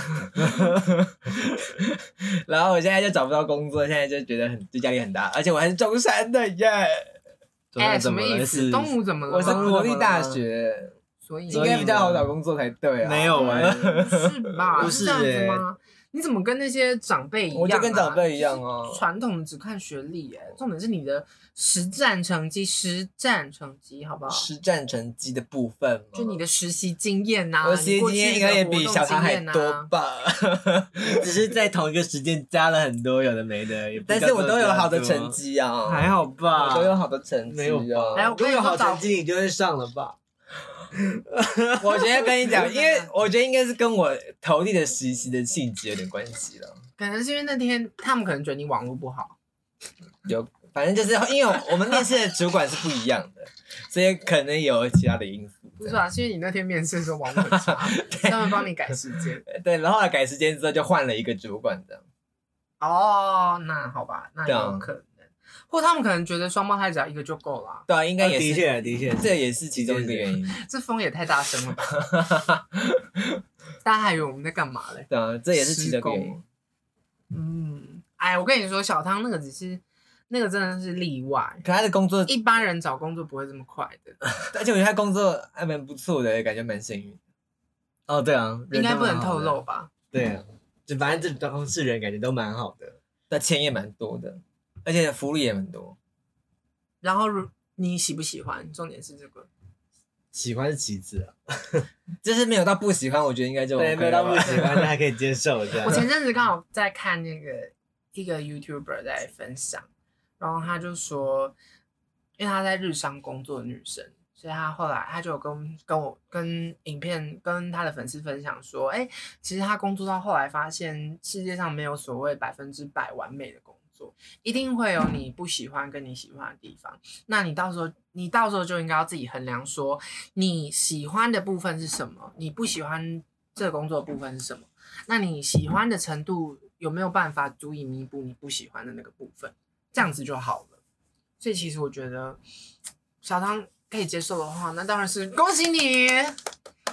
Speaker 2: 然后我现在就找不到工作，现在就觉得很就压力很大，而且我还是中山的耶，
Speaker 1: 哎，什
Speaker 3: 怎
Speaker 1: 么
Speaker 3: 了
Speaker 1: 意思？
Speaker 3: 是
Speaker 1: 东吴怎么了？
Speaker 2: 我是国立大
Speaker 3: 嗯
Speaker 2: 学，
Speaker 1: 所以
Speaker 2: 应该比较好找工作才对啊。
Speaker 3: 没有哎、
Speaker 1: 是吧？
Speaker 3: 不
Speaker 1: 是
Speaker 3: 是
Speaker 1: 这样子
Speaker 3: 欸
Speaker 1: 吗？你怎么跟那些长辈一样、啊？
Speaker 2: 我就跟长辈一样啊
Speaker 1: 就是传统只看学历，哎，重点是你的实战成绩，实战成绩好不好？
Speaker 2: 实战成绩的部分吗？
Speaker 1: 就你的实习经验呐、啊，
Speaker 2: 我的实习
Speaker 1: 你过
Speaker 2: 经
Speaker 1: 去的
Speaker 2: 验应该也比小唐还
Speaker 1: 活动经验
Speaker 2: 多
Speaker 1: 啊。
Speaker 2: 吧，
Speaker 3: 只是在同一个时间加了很多有的没的，也不
Speaker 2: 但
Speaker 3: 叫
Speaker 2: 是
Speaker 3: 做
Speaker 2: 我都有好的
Speaker 3: 加多
Speaker 2: 成，绩啊，
Speaker 3: 还好吧？
Speaker 2: 我都有好的成绩
Speaker 3: 没有吧？
Speaker 1: 哎
Speaker 2: 啊。
Speaker 1: 我跟
Speaker 3: 如果
Speaker 1: 你说
Speaker 3: 有好成绩，你就会上了吧？
Speaker 2: 我觉得跟你讲，因为我觉得应该是跟我投递的实习的性质有点关系了。
Speaker 1: 可能是因为那天他们可能觉得你网络不好，
Speaker 2: 有，反正就是因为我们面试的主管是不一样的，所以可能有其他的因素。
Speaker 1: 不是啊？是因为你那天面试的时候网络很 差，他们帮你改时间。
Speaker 2: 对，然后后来改时间之后就换了一个主管这样。
Speaker 1: 哦，那好吧，那
Speaker 2: 对啊
Speaker 1: 有可能，或他们可能觉得双胞胎只要一个就够了啊、
Speaker 2: 对啊，应该也
Speaker 3: 的
Speaker 2: 是，
Speaker 3: 确，的确，
Speaker 2: 这也是其中一个原因。
Speaker 1: 这风也太大声了 吧！大家还以为我们在干嘛嘞？
Speaker 2: 对啊，这也是其中一个原
Speaker 1: 施
Speaker 2: 因
Speaker 1: 工。嗯，哎，我跟你说，小汤那个只是那个真的是例外，
Speaker 2: 可他的工作，
Speaker 1: 一般人找工作不会这么快的，
Speaker 2: 而且我觉得他工作还蛮不错的，感觉蛮幸运。
Speaker 3: 哦，对啊，
Speaker 1: 应
Speaker 3: 人
Speaker 1: 该
Speaker 3: 都
Speaker 1: 不
Speaker 3: 蛮
Speaker 1: 能
Speaker 3: 好
Speaker 1: 透
Speaker 3: 的
Speaker 1: 露。吧？
Speaker 3: 对啊，就反正这当事人感觉都蛮好的。
Speaker 2: 但钱也蛮多的，而且福利也蛮多。
Speaker 1: 然后如你喜不喜欢，重点是这个。
Speaker 3: 喜欢是其次啊，
Speaker 2: 就是没有到不喜欢，我觉得应该就 OK
Speaker 3: 对，没有到不
Speaker 2: 了吧
Speaker 3: 喜欢，但还可以接受这样
Speaker 1: 我。前阵子刚好在看那个一个 YouTuber 在分享，然后他就说，因为她在日商工作的女生，所以她后来她就有跟跟我跟影片跟她的粉丝分享说，哎、其实她工作到后来发现，世界上没有所谓百分之百完美的工作，一定会有你不喜欢跟你喜欢的地方。那你到时候你到时候就应该要自己衡量说，你喜欢的部分是什么，你不喜欢这个工作的部分是什么。那你喜欢的程度有没有办法足以弥补你不喜欢的那个部分？这样子就好了。所以其实我觉得小汤可以接受的话，那当然是恭喜你。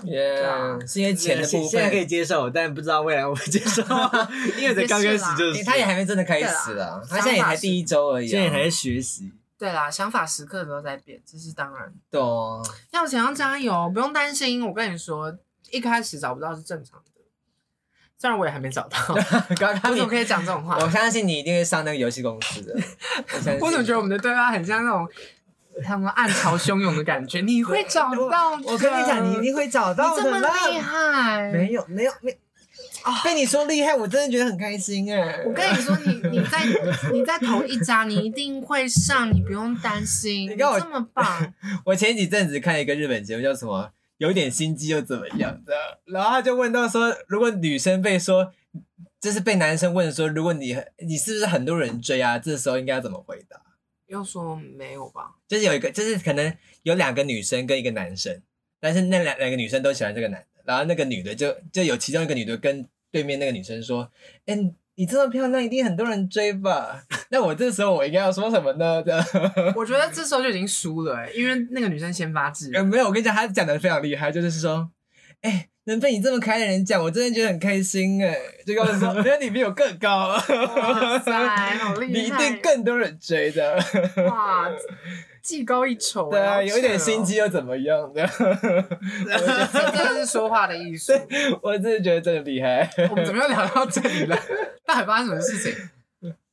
Speaker 2: 耶
Speaker 1: 啊
Speaker 2: 是因为钱的部
Speaker 3: 现在可以
Speaker 2: 分，
Speaker 3: 接受，但不知道未来我接受， 因为才刚开始就
Speaker 2: 因
Speaker 3: 是
Speaker 2: 为他也还没真的开始
Speaker 1: 对
Speaker 2: 啦
Speaker 1: 啦，
Speaker 2: 他现在也才第一周而已啊，
Speaker 3: 现在还在学习，
Speaker 1: 对啦，想法时刻都在变，这是当然。
Speaker 2: 懂。
Speaker 1: 要想要加油，不用担心。我跟你说，一开始找不到是正常的，虽然我也还没找 到，
Speaker 2: 刚
Speaker 1: 我
Speaker 2: 刚
Speaker 1: 怎么
Speaker 2: 你，
Speaker 1: 可以讲这种话？
Speaker 2: 我相信你一定会上那个游戏公司的。我相信
Speaker 1: 我怎么觉得我们的对话很像那种他们暗潮汹涌的感觉？你会找到的
Speaker 2: 我跟你讲，你一定会找
Speaker 1: 你
Speaker 2: 到
Speaker 1: 这
Speaker 2: 的
Speaker 1: 么
Speaker 2: 啦。
Speaker 1: 厉害，哦
Speaker 2: 没有，没有，没被你说厉害，我真的觉得很开心哎、
Speaker 1: 我跟你说，你你在你在头一扎，你一定会上，你不用担心。
Speaker 2: 你
Speaker 1: 你
Speaker 2: 看我
Speaker 1: 这么棒，
Speaker 2: 我前几阵子看一个日本节目，叫什么“有点心机又怎么样”的，然后他就问到说，如果女生被说，就是被男生问说，如果你你是不是很多人追啊，这时候应该要怎么回答？
Speaker 1: 又说没有吧？
Speaker 2: 就是有一个，就是可能有两个女生跟一个男生，但是那两两个女生都喜欢这个男的，然后那个女的就就有其中一个女的跟对面那个女生说：“哎、你你这么漂亮，一定很多人追吧？” 那我这时候我应该要说什么呢？ 这样
Speaker 1: 我觉得这时候就已经输了、欸，因为那个女生先发制
Speaker 2: 呃，
Speaker 1: 人。
Speaker 2: 没有，我跟你讲，他讲的非常厉害，就是说，哎、能被你这么可爱的人讲，我真的觉得很开心哎、就跟我 说，没有你比我更高，
Speaker 1: 哇塞，好厉害！
Speaker 2: 你一定更多人追的，
Speaker 1: 哇，技高一筹、
Speaker 2: 对
Speaker 1: 好
Speaker 2: 啊，
Speaker 1: 扯哦
Speaker 2: 有一点心，机又怎么样 的？
Speaker 1: 这真的是说话的艺术。
Speaker 2: 我真的觉得真的厉害。
Speaker 1: 我们怎么又聊到这里了？到底发生什么事情？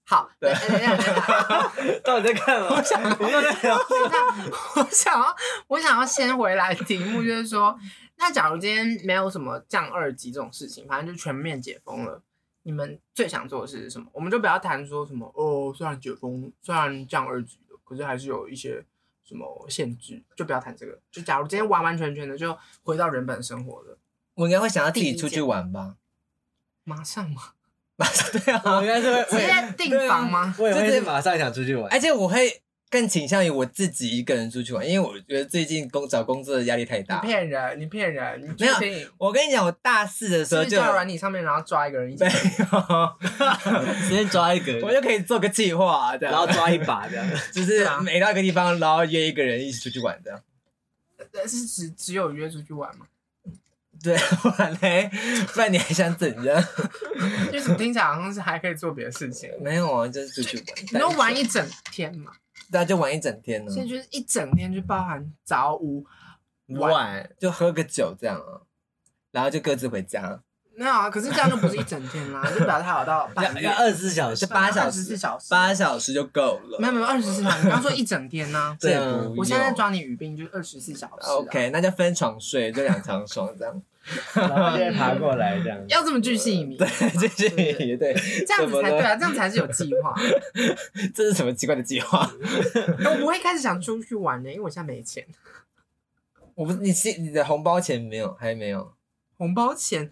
Speaker 1: 好，
Speaker 2: 对
Speaker 1: 等等一下等一下
Speaker 3: 到底在干嘛？我想，我们 在聊
Speaker 1: 那我想要，我想要先回来题目，就是说，那假如今天没有什么降二级这种事情，反正就全面解封了，你们最想做的事是什么？我们就不要谈说什么哦，虽然解封，虽然降二级了，可是还是有一些什么限制，就不要谈这个。就假如今天完完全全的就回到原本生活了，
Speaker 2: 我应该会想要自己出去玩吧？
Speaker 1: 马上吗？
Speaker 2: 马上对
Speaker 3: 我
Speaker 2: 啊，
Speaker 3: 应该是
Speaker 1: 直
Speaker 3: 会，
Speaker 1: 接订房吗？
Speaker 3: 我也会是马上想出去玩。
Speaker 2: 而且我会更倾向于我自己一个人出去玩，因为我觉得最近工找工作的压力太
Speaker 1: 你
Speaker 2: 大。
Speaker 1: 骗人！你骗人！你
Speaker 2: 没有
Speaker 1: 确定
Speaker 2: 我跟你讲，我大四的时
Speaker 1: 是
Speaker 2: 候
Speaker 1: 不是
Speaker 2: 就
Speaker 1: 叫软体上面，然后抓一个人一起
Speaker 2: 没？有。
Speaker 3: 直接抓一个
Speaker 2: 我就可以做个计划，啊这样，
Speaker 3: 然后抓一把这 样。
Speaker 2: 就是
Speaker 1: 对啊
Speaker 2: 每到一个地方，然后约一个人一起出去玩，这样。
Speaker 1: 是只只有约出去玩吗？
Speaker 2: 对， 不然嘞，不然你还想怎样？
Speaker 1: 因为怎么听起来好像是还可以做别的事情。
Speaker 2: 没有啊，就是出嗯去玩，
Speaker 1: 你就玩一整天嘛，
Speaker 2: 大家啊就玩一整天呢
Speaker 1: 所，以就是一整天就包含早午。
Speaker 2: 玩哎就喝个酒这样啊，然后就各自回家，
Speaker 1: 那好啊，可是这样就不是一整天啦，就表示它有到半
Speaker 3: 要
Speaker 1: 夜
Speaker 3: 要二十四小时，。
Speaker 2: 就八小
Speaker 1: 十四
Speaker 2: 时，
Speaker 1: 小时，
Speaker 2: 八小时就够了。
Speaker 1: 没有没有二十四小时，你刚说一整天呢
Speaker 2: 这
Speaker 3: 对
Speaker 2: 也
Speaker 3: 啊
Speaker 2: 不用
Speaker 1: 我现在在抓你语病，就是二十四小时啊。
Speaker 2: OK，那就分床睡，就两床床这 样。
Speaker 3: 然后就会爬过来这样。
Speaker 1: 要这么巨细靡遗，
Speaker 2: 对，就是也对，
Speaker 1: 这样
Speaker 2: 怎
Speaker 1: 子
Speaker 2: 么
Speaker 1: 才对
Speaker 2: 了？
Speaker 1: 啊，这样才是有计划。
Speaker 2: 这是什么奇怪的计划？
Speaker 1: 我不会开始想出去玩的，因为我现在没钱，
Speaker 2: 我不，你是你的红包钱没有？还没有？
Speaker 1: 红包钱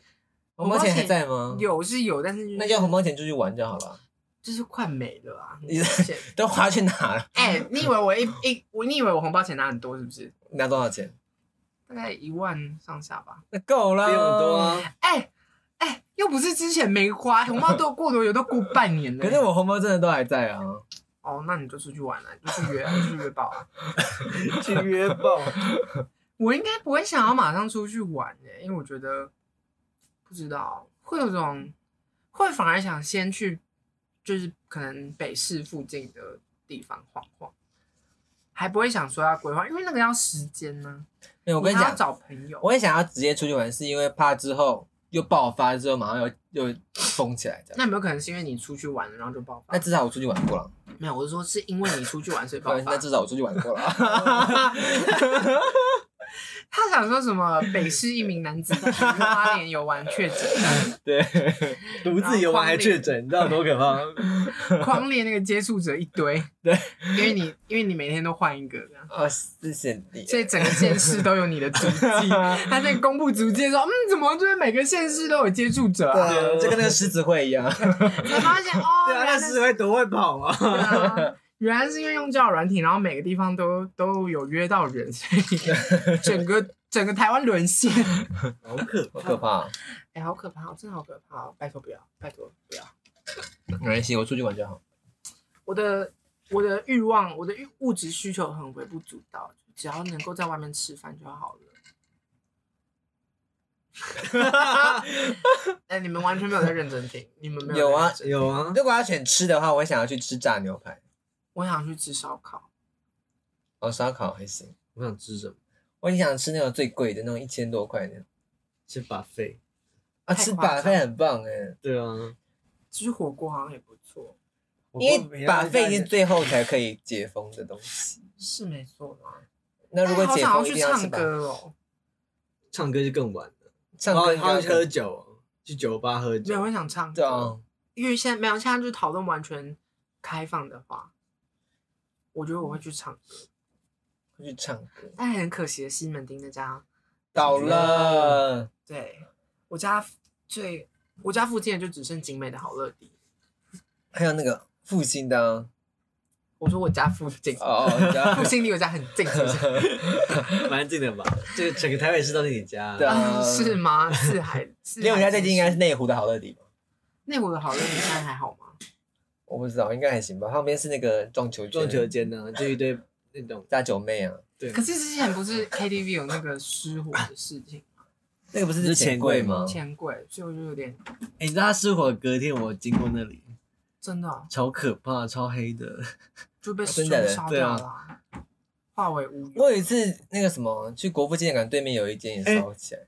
Speaker 2: 红包钱还在吗？
Speaker 1: 有是有，但是就是
Speaker 2: 那就红包钱出去玩就好了。
Speaker 1: 就是快没了啊。
Speaker 2: 你
Speaker 1: 钱
Speaker 2: 都花去哪了？
Speaker 1: 哎、你以为我一一我你以为我红包钱拿很多是不是？
Speaker 2: 拿多少钱？
Speaker 1: 大概一万上下吧。
Speaker 2: 那够了，
Speaker 3: 比我多。啊，
Speaker 1: 哎、哎、又不是之前没花，红包都过多久都过半年了。
Speaker 2: 可是我红包真的都还在啊，
Speaker 1: 哦，那你就出去玩了、你就去约，你就去约爆啊。
Speaker 3: 去约爆。
Speaker 1: 我应该不会想要马上出去玩耶、因为我觉得不知道会有种会反而想先去，就是可能北市附近的地方晃晃，还不会想说要规划，因为那个要时间呢、
Speaker 2: 没有，我
Speaker 1: 我
Speaker 2: 跟你
Speaker 1: 还要
Speaker 2: 讲，
Speaker 1: 找朋友。
Speaker 2: 我也想要直接出去玩，是因为怕之后又爆发，之后马上又又封起来这样。
Speaker 1: 那有没有可能是因为你出去玩了，然后就爆发
Speaker 2: 那？至少我出去玩过了，
Speaker 1: 没有，我是说是因为你出去玩所以爆
Speaker 2: 对，
Speaker 1: 发
Speaker 2: 那。至少我出去玩过了。
Speaker 1: 他想说什么？北市一名男子在花莲游玩确诊，
Speaker 2: 对，
Speaker 3: 独自游玩还确诊，你知道多可怕吗？
Speaker 1: 狂烈那个接触者一堆。
Speaker 2: 对，
Speaker 1: 因为你因为你每天都换一个这样，
Speaker 2: 哦，谢谢你。
Speaker 1: 所以整个县市都有你的足迹。他在公布足迹说，嗯，怎么就是每个县市都有接触者啊？
Speaker 2: 对，就跟那个狮子会一 样。
Speaker 1: 才发现哦，
Speaker 3: 对啊，
Speaker 1: 原来
Speaker 3: 那
Speaker 1: 是
Speaker 3: 狮子会多会跑啊！
Speaker 1: 对啊原来是因为用交友软体，然后每个地方都都有约到人，所以整个整个台湾沦陷。
Speaker 3: 好可
Speaker 2: 好可怕哦！
Speaker 1: 哎、好可怕、哦，真的好可怕、哦！拜托不要，拜托不要。
Speaker 2: 没关系，我出去玩就好。
Speaker 1: 我的我的欲望，我的欲物质需求很微不足道，只要能够在外面吃饭就好 了。
Speaker 3: 怕！
Speaker 1: 哎、你们完全没有在认真听，你们没
Speaker 2: 有
Speaker 1: 有
Speaker 2: 啊
Speaker 1: 在认真
Speaker 3: 有啊，
Speaker 2: 如果要选吃的话，我会想要去吃炸牛排，
Speaker 1: 我想去吃烧烤，
Speaker 2: 哦，烧烤还行。
Speaker 3: 我想吃什么？
Speaker 2: 我很想吃那种最贵的那种一千多块的
Speaker 3: 吃把费。
Speaker 2: 啊，
Speaker 1: 太
Speaker 2: 吃
Speaker 1: 夸
Speaker 2: 把
Speaker 1: 张
Speaker 2: 费很棒哎、
Speaker 3: 对啊，
Speaker 1: 吃火锅好像也不错，
Speaker 2: 因为把费是最后才可以解封的东西。
Speaker 1: 是没错啦。哎
Speaker 2: 那如果
Speaker 1: 但好想
Speaker 2: 解
Speaker 1: 要
Speaker 2: 封，一
Speaker 1: 去
Speaker 2: 定要吃
Speaker 1: 唱
Speaker 2: 吧。
Speaker 1: 歌哦，
Speaker 3: 唱歌就更晚了，
Speaker 2: 唱
Speaker 3: 然后
Speaker 2: 歌
Speaker 3: 还要
Speaker 2: 哎要
Speaker 3: 喝酒哦，去酒吧喝
Speaker 1: 没有，
Speaker 3: 酒。
Speaker 1: 我想唱
Speaker 2: 对
Speaker 1: 歌，
Speaker 2: 啊，
Speaker 1: 因为现在没有，现在就是讨论完全开放的话，我觉得我会去唱歌，
Speaker 2: 会啊去唱歌。
Speaker 1: 但很可惜的西门町那家，
Speaker 2: 倒了，
Speaker 1: 对我家最我家附近的就只剩景美的好乐迪。
Speaker 2: 还有那个复兴的啊
Speaker 1: 我说我家附近，
Speaker 2: 哦，哦加
Speaker 1: 复兴离我家很近，是不是？
Speaker 3: 蛮近的吧？这个整个台北市都是你家。
Speaker 2: 对啊
Speaker 1: 啊 是吗？四海，四
Speaker 2: 离我们家最近应该
Speaker 1: 是
Speaker 2: 是内湖的好乐迪吧？
Speaker 1: 内湖的好乐迪，现在还好吗？
Speaker 2: 我不知道，应该还行吧。旁边是那个撞球圈
Speaker 3: 撞球间呢，就一堆那种
Speaker 2: 大九妹啊，
Speaker 3: 对。
Speaker 1: 可是之前不是 KTV 有那个失火的事情，
Speaker 2: 那个不
Speaker 3: 是
Speaker 2: 是
Speaker 3: 钱
Speaker 2: 钱柜
Speaker 3: 柜
Speaker 2: 吗？
Speaker 1: 钱柜，所以我就有点
Speaker 3: 哎、你知道他失火隔天我经过那里，
Speaker 1: 真的哦
Speaker 3: 超可怕，超黑的。
Speaker 1: 就被
Speaker 2: 啊
Speaker 1: 烧
Speaker 2: 真的耶
Speaker 1: 烧
Speaker 3: 对啊
Speaker 1: 掉了啊，化为乌有。
Speaker 2: 我有一次那个什么，去国父纪念馆对面有一间也烧起
Speaker 1: 哎
Speaker 2: 来，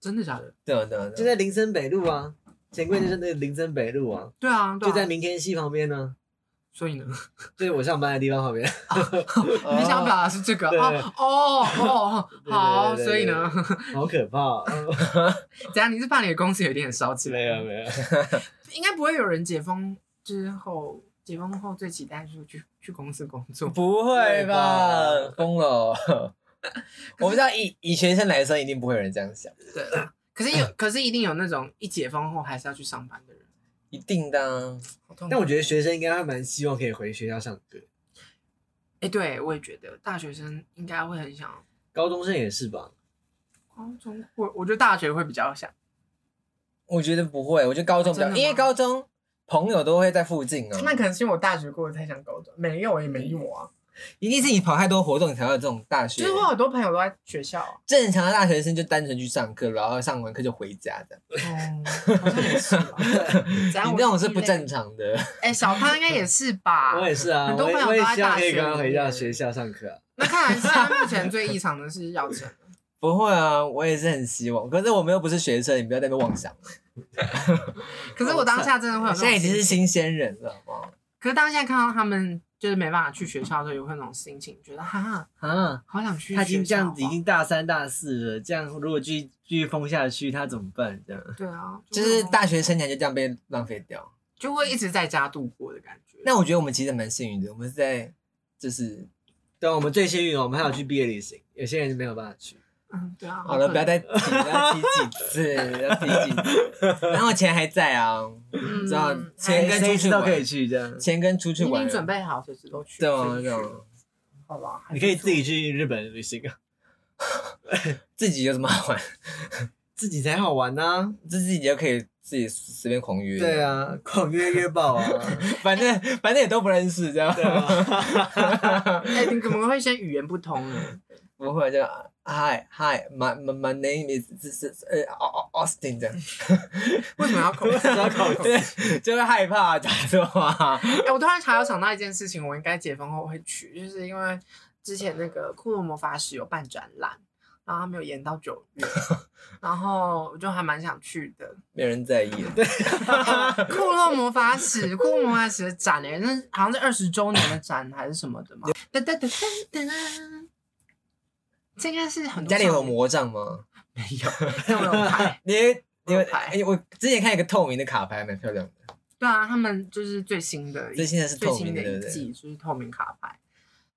Speaker 1: 真的假的？
Speaker 2: 对啊对啊，
Speaker 3: 就
Speaker 2: 对啊
Speaker 3: 在林森北路啊，钱柜就是那个林森北路啊，
Speaker 1: 对啊，对啊
Speaker 3: 就在明天溪旁边呢、
Speaker 1: 所以呢，
Speaker 3: 就是我上班的地方旁边。
Speaker 1: 你想
Speaker 2: 啊
Speaker 1: 表达的是这个
Speaker 3: 哦对
Speaker 1: 哦哦哦，
Speaker 3: 对对对
Speaker 1: 好，
Speaker 3: 对对
Speaker 1: 所以呢，
Speaker 3: 好可怕、哦！
Speaker 1: 怎样？你是怕你的公司有点烧起来？
Speaker 3: 没有没有，
Speaker 1: 应该不会有人解封之后，解封后最期待就是去去公司工 作。
Speaker 2: 不会吧
Speaker 3: 对吧？
Speaker 2: 疯了 哦！我不知道以以学生来说，一定不会有人这样想，
Speaker 1: 对啦，可是 有，可是一定有那种一解封后还是要去上班的人，
Speaker 2: 一定的啊。
Speaker 1: 好痛苦。
Speaker 3: 但我觉得学生应该还蛮希望可以回学校上课，
Speaker 1: 哎、对我也觉得大学生应该会很想
Speaker 3: 高中生也是吧？
Speaker 1: 高中，我我觉得大学会比较想。
Speaker 2: 我觉得不会，我觉得高中比
Speaker 1: 哦真
Speaker 2: 较，
Speaker 1: 的吗
Speaker 2: 因为高中朋友都会在附近啊。
Speaker 1: 那可能是因为我大学过得太像高中，没有也没有啊，
Speaker 2: 一定是你跑太多活动，你才会有这种大学
Speaker 1: 就是。我很多朋友都在学校、啊。
Speaker 2: 正常的大学生就单纯去上课，然后上完课就回家的。
Speaker 1: 哦，好像也是 吧。怎样
Speaker 2: 你
Speaker 1: 我
Speaker 2: 那种是不
Speaker 1: 异类
Speaker 2: 正常的。
Speaker 1: 哎、小胖应该也是吧？
Speaker 3: 我也是啊，
Speaker 1: 很多
Speaker 3: 我也
Speaker 1: 朋友
Speaker 3: 我
Speaker 1: 都
Speaker 3: 也
Speaker 1: 在
Speaker 3: 希望可
Speaker 1: 大
Speaker 3: 以
Speaker 1: 学
Speaker 3: 赶快
Speaker 1: 里
Speaker 3: 回到
Speaker 1: 面
Speaker 3: 学校上课、啊。
Speaker 1: 那看来现在目前最异常的是耀成，
Speaker 2: 不会啊，我也是很希望，可是我们又不是学生，你不要在那边妄想。
Speaker 1: 可是我当下真的会有那种
Speaker 2: 现在已经是
Speaker 1: 心情
Speaker 2: 新鲜人了，好不好？
Speaker 1: 可是当下看到他们就是没办法去学校的时候，也会有那种心情，觉得哈，
Speaker 3: 啊，
Speaker 1: 好想去学校哦。
Speaker 3: 他已经这样子，已经大三大四了，这样如果继继续封下去，他怎么办？这样
Speaker 1: 对啊，
Speaker 2: 就是
Speaker 1: 会
Speaker 2: 大学生涯就这样被浪费掉。
Speaker 1: 就会一直在家度过的感觉。
Speaker 2: 那我觉得我们其实蛮幸运的，我们是在就是
Speaker 3: 对啊，我们最幸运哦，我们还有去毕业旅行，有些人没有办法去。
Speaker 1: 嗯，对啊，
Speaker 2: 好了，
Speaker 1: 可
Speaker 2: 不要再提，不要提几次， 要提几次。然后钱还在啊，
Speaker 1: 嗯
Speaker 2: 知道钱
Speaker 1: 哎
Speaker 2: 应该
Speaker 3: 谁
Speaker 2: 出去
Speaker 3: 知道
Speaker 2: 玩
Speaker 3: 可以去这样，
Speaker 2: 钱跟出
Speaker 1: 你
Speaker 2: 去
Speaker 1: 已
Speaker 2: 玩
Speaker 1: 经，准备好，随时都去。
Speaker 2: 对啊
Speaker 1: 随时
Speaker 2: 对啊
Speaker 1: 去，好吧，还
Speaker 3: 你可以
Speaker 1: 不
Speaker 3: 自己去日本旅行啊，
Speaker 2: 自己有什么好玩？
Speaker 3: 自己才好玩呐、
Speaker 2: 自己就可以自己随便狂约。
Speaker 3: 对，啊，狂约约爆 啊！
Speaker 2: 反正反正也都不认识，这样
Speaker 3: 对啊，。
Speaker 1: 错。哎，你怎么会先语言不通 呢？
Speaker 2: 不会就 Hi Hi my my my name is 这是呃 Au- Au- Austin 这样，
Speaker 1: 为什么要口试？要口试？
Speaker 2: 对，就会害怕讲错话。
Speaker 1: 哎，我突然还有想到一件事情，我应该解封后会去，就是因为之前那个库洛魔法使有办展览，然后他们有延到九 月，然后我就还蛮想去的。
Speaker 2: 没人在意。
Speaker 1: 库洛魔法使，库洛魔法使的展诶、那好像是二十周年的展还是什么的嘛。噔噔噔噔噔，这应该是很
Speaker 2: 你
Speaker 1: 多
Speaker 2: 家里
Speaker 1: 少
Speaker 2: 有
Speaker 1: 年
Speaker 2: 魔杖吗？
Speaker 1: 没有？但我有拍。
Speaker 2: 你你
Speaker 1: 我
Speaker 2: 们
Speaker 1: 有牌
Speaker 2: 哎，我之前看一个透明的卡牌，蛮漂亮的。
Speaker 1: 对啊，他们就是最新的一，
Speaker 2: 最新的是
Speaker 1: 最
Speaker 2: 透明
Speaker 1: 新
Speaker 2: 的
Speaker 1: 的
Speaker 2: 对
Speaker 1: 一
Speaker 2: 不对
Speaker 1: 季，就是透明卡牌。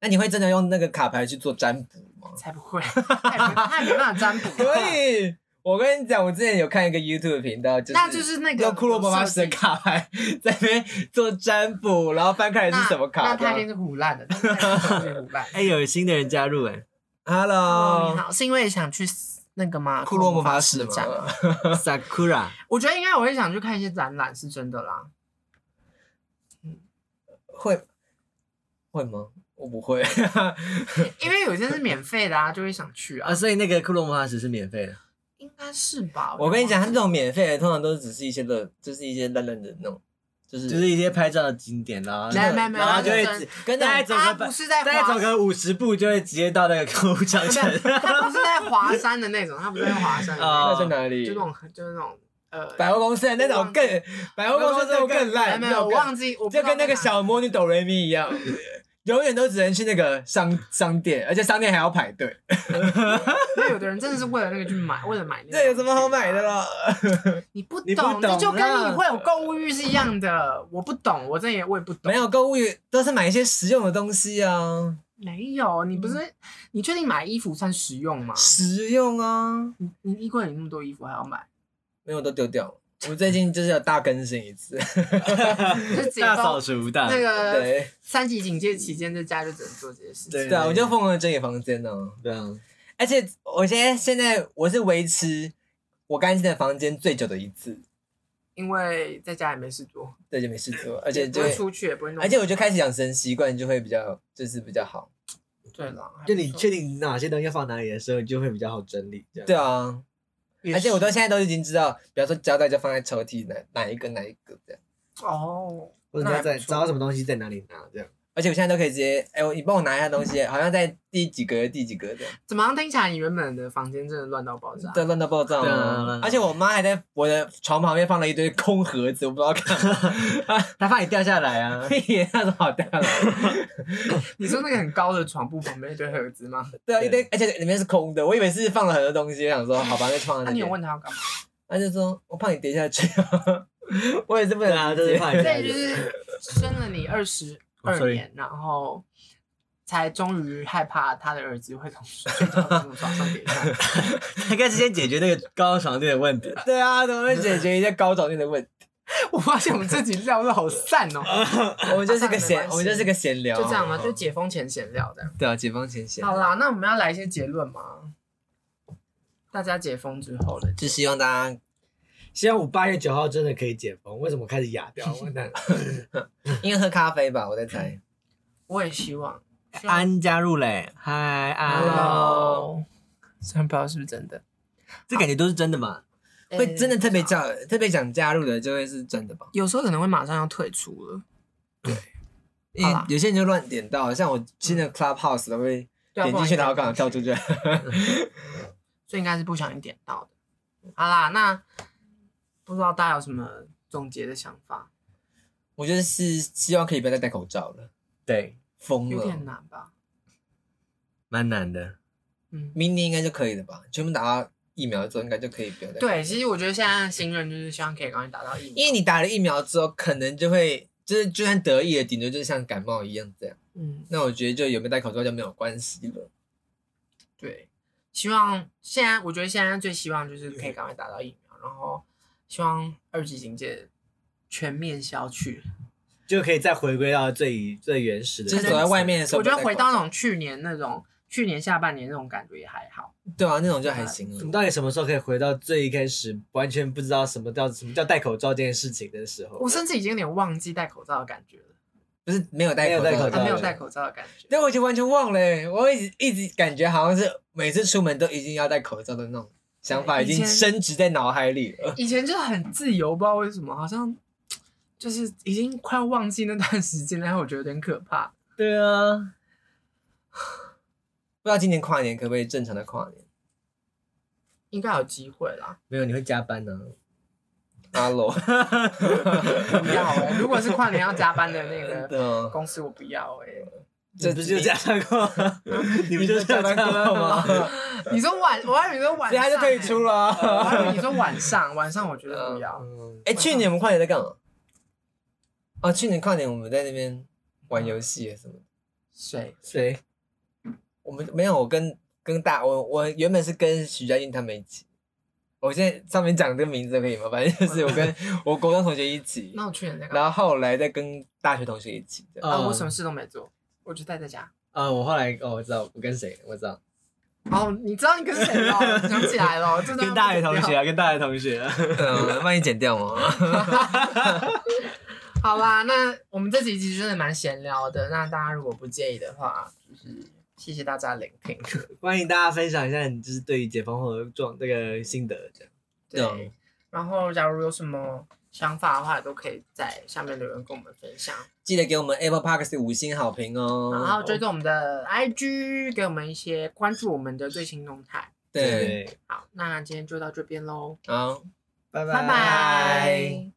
Speaker 2: 那你会真的用那个卡牌去做占卜 吗？
Speaker 1: 才不会，他也没他也没办法占 卜。
Speaker 2: 可以。我跟你讲，我之前有看一个 YouTube 频道，就是
Speaker 1: 那就是那个
Speaker 2: 用骷髅魔法使的卡牌 在那边做占卜，然后翻开来
Speaker 1: 那
Speaker 2: 是什么
Speaker 1: 那
Speaker 2: 卡
Speaker 1: 他一定
Speaker 2: 牌。
Speaker 1: 是胡烂的， 但是他一定是胡烂
Speaker 3: 哎、有新的人加入 哎、
Speaker 1: 哦，
Speaker 2: Hello，
Speaker 1: 你好，是因为想去那个吗？
Speaker 2: 骷啊髅魔法
Speaker 1: 使
Speaker 2: 使
Speaker 1: 的展
Speaker 2: 吗
Speaker 1: 览，？
Speaker 3: Sakura，
Speaker 1: 我觉得应该我会想去看一些展览，是真的啦。
Speaker 2: 会会吗？我不会。
Speaker 1: 因为有些是免费的啊， 就会想去啊
Speaker 3: 啊，，所以那个骷髅魔法石是免费的。
Speaker 1: 应该是吧？
Speaker 2: 我跟你讲，它
Speaker 1: 忘
Speaker 2: 这
Speaker 1: 记了
Speaker 2: 种免费的通常都只是一些乐，就是一些烂烂的那种，就是
Speaker 3: 就是一些拍照的景点啦，
Speaker 1: 没有没有没有
Speaker 3: 然后就会
Speaker 1: 那个
Speaker 3: 直
Speaker 2: 跟
Speaker 3: 大
Speaker 2: 那
Speaker 3: 概
Speaker 2: 种
Speaker 3: 走个
Speaker 1: 他
Speaker 3: 百
Speaker 1: 不是在
Speaker 3: 大概走
Speaker 1: 华，
Speaker 3: 个五十步就会直接到那个购物 商城。
Speaker 1: 他不是在华山的那种，他不是在华山的那
Speaker 3: 啊
Speaker 2: 那
Speaker 1: 种，
Speaker 2: 在哪里
Speaker 1: 就？那种就是那种呃，
Speaker 2: 百货公司的那种更，百货公司那种更
Speaker 1: 没有
Speaker 2: 烂，
Speaker 1: 没
Speaker 2: 那
Speaker 1: 有，
Speaker 2: 种
Speaker 1: 我
Speaker 2: 更
Speaker 1: 忘记，我不知
Speaker 2: 就
Speaker 1: 道
Speaker 2: 跟那个
Speaker 1: 在哪
Speaker 2: 小魔女哆瑞咪一样，永远都只能去那个商商店，而且商店还要排队。
Speaker 1: 那有的人真的是为了那个去买，为了买 那个。
Speaker 2: 这有什么好买的？啦？
Speaker 1: 你不
Speaker 3: 你不
Speaker 1: 懂，这
Speaker 3: 懂
Speaker 1: 就跟
Speaker 3: 啊
Speaker 1: 你会有购物欲是一样的。我不懂，我真的也我也不懂。
Speaker 2: 没有购物也都是买一些实用的东西啊，
Speaker 1: 没有，你不是你确定买衣服算实用吗？
Speaker 2: 实用啊，
Speaker 1: 你你衣柜里那么多衣服还要买，
Speaker 2: 没有都丢掉了。我最近就是要大更新一 次，
Speaker 1: 就是直接
Speaker 3: 大
Speaker 1: 包
Speaker 3: 扫除大
Speaker 1: 那个
Speaker 2: 啊对
Speaker 1: 三级警戒期间在家就只能做这些事情。
Speaker 3: 对
Speaker 2: 对啊，我就疯狂地整理房间呢、啊。
Speaker 3: 对啊，
Speaker 2: 而且我现在现在我是维持我干净的房间最久的一次，
Speaker 1: 因为在家也没事做，
Speaker 2: 对，就没事做，而
Speaker 1: 也
Speaker 2: 且
Speaker 1: 不
Speaker 2: 就
Speaker 1: 会
Speaker 2: 会
Speaker 1: 出去，也不会弄。
Speaker 2: 而且我就开始养成习惯，就会比较就是比较好。
Speaker 1: 对了，还不
Speaker 3: 就你
Speaker 1: 错
Speaker 3: 确定哪些东西要放哪里的时候，你就会比较好整理。这样
Speaker 2: 对，啊，而且我到现在都已经知道，比方说胶带就放在抽屉哪哪一个哪一个这样，
Speaker 1: 哦，
Speaker 3: 或者你
Speaker 1: 那
Speaker 3: 要
Speaker 1: 还
Speaker 3: 在
Speaker 1: 不错
Speaker 3: 找到什么东西在哪里拿这样。
Speaker 2: 而且我现在都可以直接，哎、我你帮我拿一下东西，好像在第几格第几格这样，
Speaker 1: 怎么样？听起来你原本的房间真的乱到爆炸。
Speaker 2: 对，乱到爆炸
Speaker 3: 对啊
Speaker 2: 嘛
Speaker 3: 乱。到
Speaker 2: 而且我妈还在我的床旁边放了一堆空盒子，我不知道 干嘛，
Speaker 3: 他怕你掉下来啊！
Speaker 2: 屁，那种好掉了。
Speaker 1: 你说那个很高的床铺旁边一堆盒子吗？
Speaker 2: 对啊，
Speaker 3: 对
Speaker 2: 一堆，而且里面是空的，我以为是放了很多东西，我想说好吧，那就放
Speaker 1: 那、
Speaker 2: 在那
Speaker 1: 你有
Speaker 2: 边。
Speaker 1: 问他要干嘛？
Speaker 2: 他就说我怕你跌下去， 我也是不
Speaker 3: 对啊，
Speaker 2: 能
Speaker 3: 就是
Speaker 2: 理
Speaker 3: 怕
Speaker 2: 解。
Speaker 3: 你 掉
Speaker 1: 对，
Speaker 3: 下
Speaker 1: 就
Speaker 3: 来。
Speaker 1: 是生了你二十
Speaker 3: 哦
Speaker 1: 二
Speaker 3: ，sorry
Speaker 1: 年，然后才终于害怕他的儿子会从睡觉的从床上跌下 来。
Speaker 3: 他应该是先解决那个高床垫的问 题。
Speaker 2: 对啊，怎么会解决一下高早恋的问题？
Speaker 1: 我发现我们这集聊的好散 哦，
Speaker 2: 我们就是个
Speaker 1: 啊算了没关
Speaker 2: 闲，
Speaker 1: 系
Speaker 2: 我们就是个闲聊，
Speaker 1: 就这样嘛，
Speaker 2: 好
Speaker 1: 就解封前闲聊这样。
Speaker 2: 对啊，解放前闲。
Speaker 1: 好啦，那我们要来一些结论吗？大家解封之后的
Speaker 2: 就希望大家，
Speaker 3: 希望我八月九号真的可以解封。为什么开始 哑掉？完蛋！
Speaker 2: 应该喝咖啡吧，我在猜。
Speaker 1: 我也希望。
Speaker 3: 安加入嘞，嗨安，
Speaker 2: 哦
Speaker 1: Hello，虽然不知道是不是真的，
Speaker 3: 这感觉都是真的嘛？
Speaker 1: 哎
Speaker 2: 会真的
Speaker 1: 啊
Speaker 2: 特别叫，特别想加入的，就会是真的吧？
Speaker 1: 有时候可能会马上要退出了。
Speaker 2: 因
Speaker 1: 好
Speaker 2: 为
Speaker 1: 啦嗯
Speaker 2: 有些人就乱点到，像我新的 Clubhouse 都会
Speaker 1: 对啊
Speaker 2: 点进去，
Speaker 1: 不然
Speaker 2: 然后
Speaker 1: 你
Speaker 2: 刚好跳出去。
Speaker 1: 所以应该是不小心点到的。好啦，那不知道大家有什么总结的想法？
Speaker 2: 我觉得是希望可以不要再戴口罩了，
Speaker 3: 对，
Speaker 2: 疯
Speaker 1: 有
Speaker 2: 了
Speaker 1: 点。难吧？
Speaker 3: 蛮难的。
Speaker 1: 嗯，
Speaker 2: 明年应该就可以了吧？全部打到疫苗之后，应该就可以不要再。，
Speaker 1: 对，其实我觉得现在的新人就是希望可以赶快达到疫苗。
Speaker 2: 因为你打了疫苗之后，可能就会就是就算得意了，顶多就是像感冒一样这样。
Speaker 1: 嗯，
Speaker 2: 那我觉得就有没有戴口罩就没有关系了。
Speaker 1: 对，希望现在我觉得现在最希望就是可以赶快达到疫苗，然后希望二级警戒全面消去。
Speaker 3: 就可以再回归到最最原始的，
Speaker 2: 就是走在外。面的时候
Speaker 1: 我
Speaker 2: 不
Speaker 1: 觉
Speaker 2: 要
Speaker 1: 得
Speaker 2: 戴口罩，
Speaker 1: 回到那种去年那种去年下半年那种感觉也还好。
Speaker 2: 对啊，那种就还行
Speaker 3: 你
Speaker 2: 了。
Speaker 3: 到底什么时候可以回到最一开始完全不知道什么叫什么叫戴口罩这件事情的时候
Speaker 1: 我？甚至已经有点忘记戴口罩的感觉了，
Speaker 2: 不是没有戴口
Speaker 3: 没有戴口
Speaker 2: 罩，
Speaker 3: 罩
Speaker 1: 啊还没有戴。口罩的感觉。
Speaker 2: 对，我已经完全忘了欸，我一直一直感觉好像是每次出门都一定要戴口罩的那种想法，
Speaker 1: 对
Speaker 2: 已
Speaker 1: 以
Speaker 2: 经
Speaker 1: 前
Speaker 2: 升值在脑海里了。
Speaker 1: 以前就很自由，不知道为什么，好像就是已经快要忘记那段时间，然后我觉得有点可怕。
Speaker 3: 对啊，
Speaker 2: 不知道今年跨年可不可以正常的跨年？
Speaker 1: 应该有机会啦，
Speaker 3: 没有你会加班
Speaker 2: 啊
Speaker 3: 呢、
Speaker 2: 阿 罗，
Speaker 1: 不要哎、如果是跨年要加班的那
Speaker 2: 真
Speaker 1: 个
Speaker 2: 的哦，
Speaker 1: 公司，我不要哎、
Speaker 3: 这不是就加班过？ 你不就是
Speaker 2: 加
Speaker 3: 加
Speaker 2: 班
Speaker 3: 班
Speaker 2: 过
Speaker 3: 过
Speaker 2: 吗
Speaker 3: 吗？？
Speaker 1: 你说晚，我还以为你说晚
Speaker 2: 所以
Speaker 1: 上、欸，
Speaker 2: 他就退出了
Speaker 1: 我还以
Speaker 2: 啊。
Speaker 1: 为你说晚上，晚上我觉得不要。
Speaker 3: 嗯，
Speaker 2: 哎，去年我们跨年在干嘛？哦，去年跨年我们在那边玩游戏啊什么的。
Speaker 1: 谁？
Speaker 3: 谁？
Speaker 2: 我们没有，我跟跟大我我原本是跟许家印他们一起。我现在上面讲这个名字可以吗？反正就是我跟我国中同学一起，
Speaker 1: 那我去年在干
Speaker 2: 然
Speaker 1: 嘛？
Speaker 2: 后后来再跟大学同学一起这样。
Speaker 1: 啊、
Speaker 3: 嗯
Speaker 1: 我什么事都没做，我就待在家。
Speaker 3: 啊，我后来哦，我知道，我跟谁？我知道，
Speaker 1: 哦，你知道你跟谁 了？想起来了，这段
Speaker 3: 跟大学同
Speaker 1: 要不
Speaker 3: 学
Speaker 1: 要。
Speaker 3: 啊，跟大学同学、啊。
Speaker 2: 嗯，万一剪掉吗？
Speaker 1: 好啦，那我们这集其实真的蛮闲聊的，那大家如果不介意的话，就是谢谢大家聆 听。
Speaker 3: 欢迎大家分享一下你就是对于解封后的状这个心得，这样
Speaker 1: 对，
Speaker 2: 嗯
Speaker 1: 然后假如有什么想法的话，都可以在下面留言跟我们分享，
Speaker 2: 记得给我们 Apple Park 五星好评哦。
Speaker 1: 然后追踪我们的 IG，给我们一些关注我们的最新动态。
Speaker 2: 对，
Speaker 3: 对，
Speaker 1: 好，那今天就到这边喽，
Speaker 2: 好。
Speaker 3: 拜
Speaker 1: 拜拜。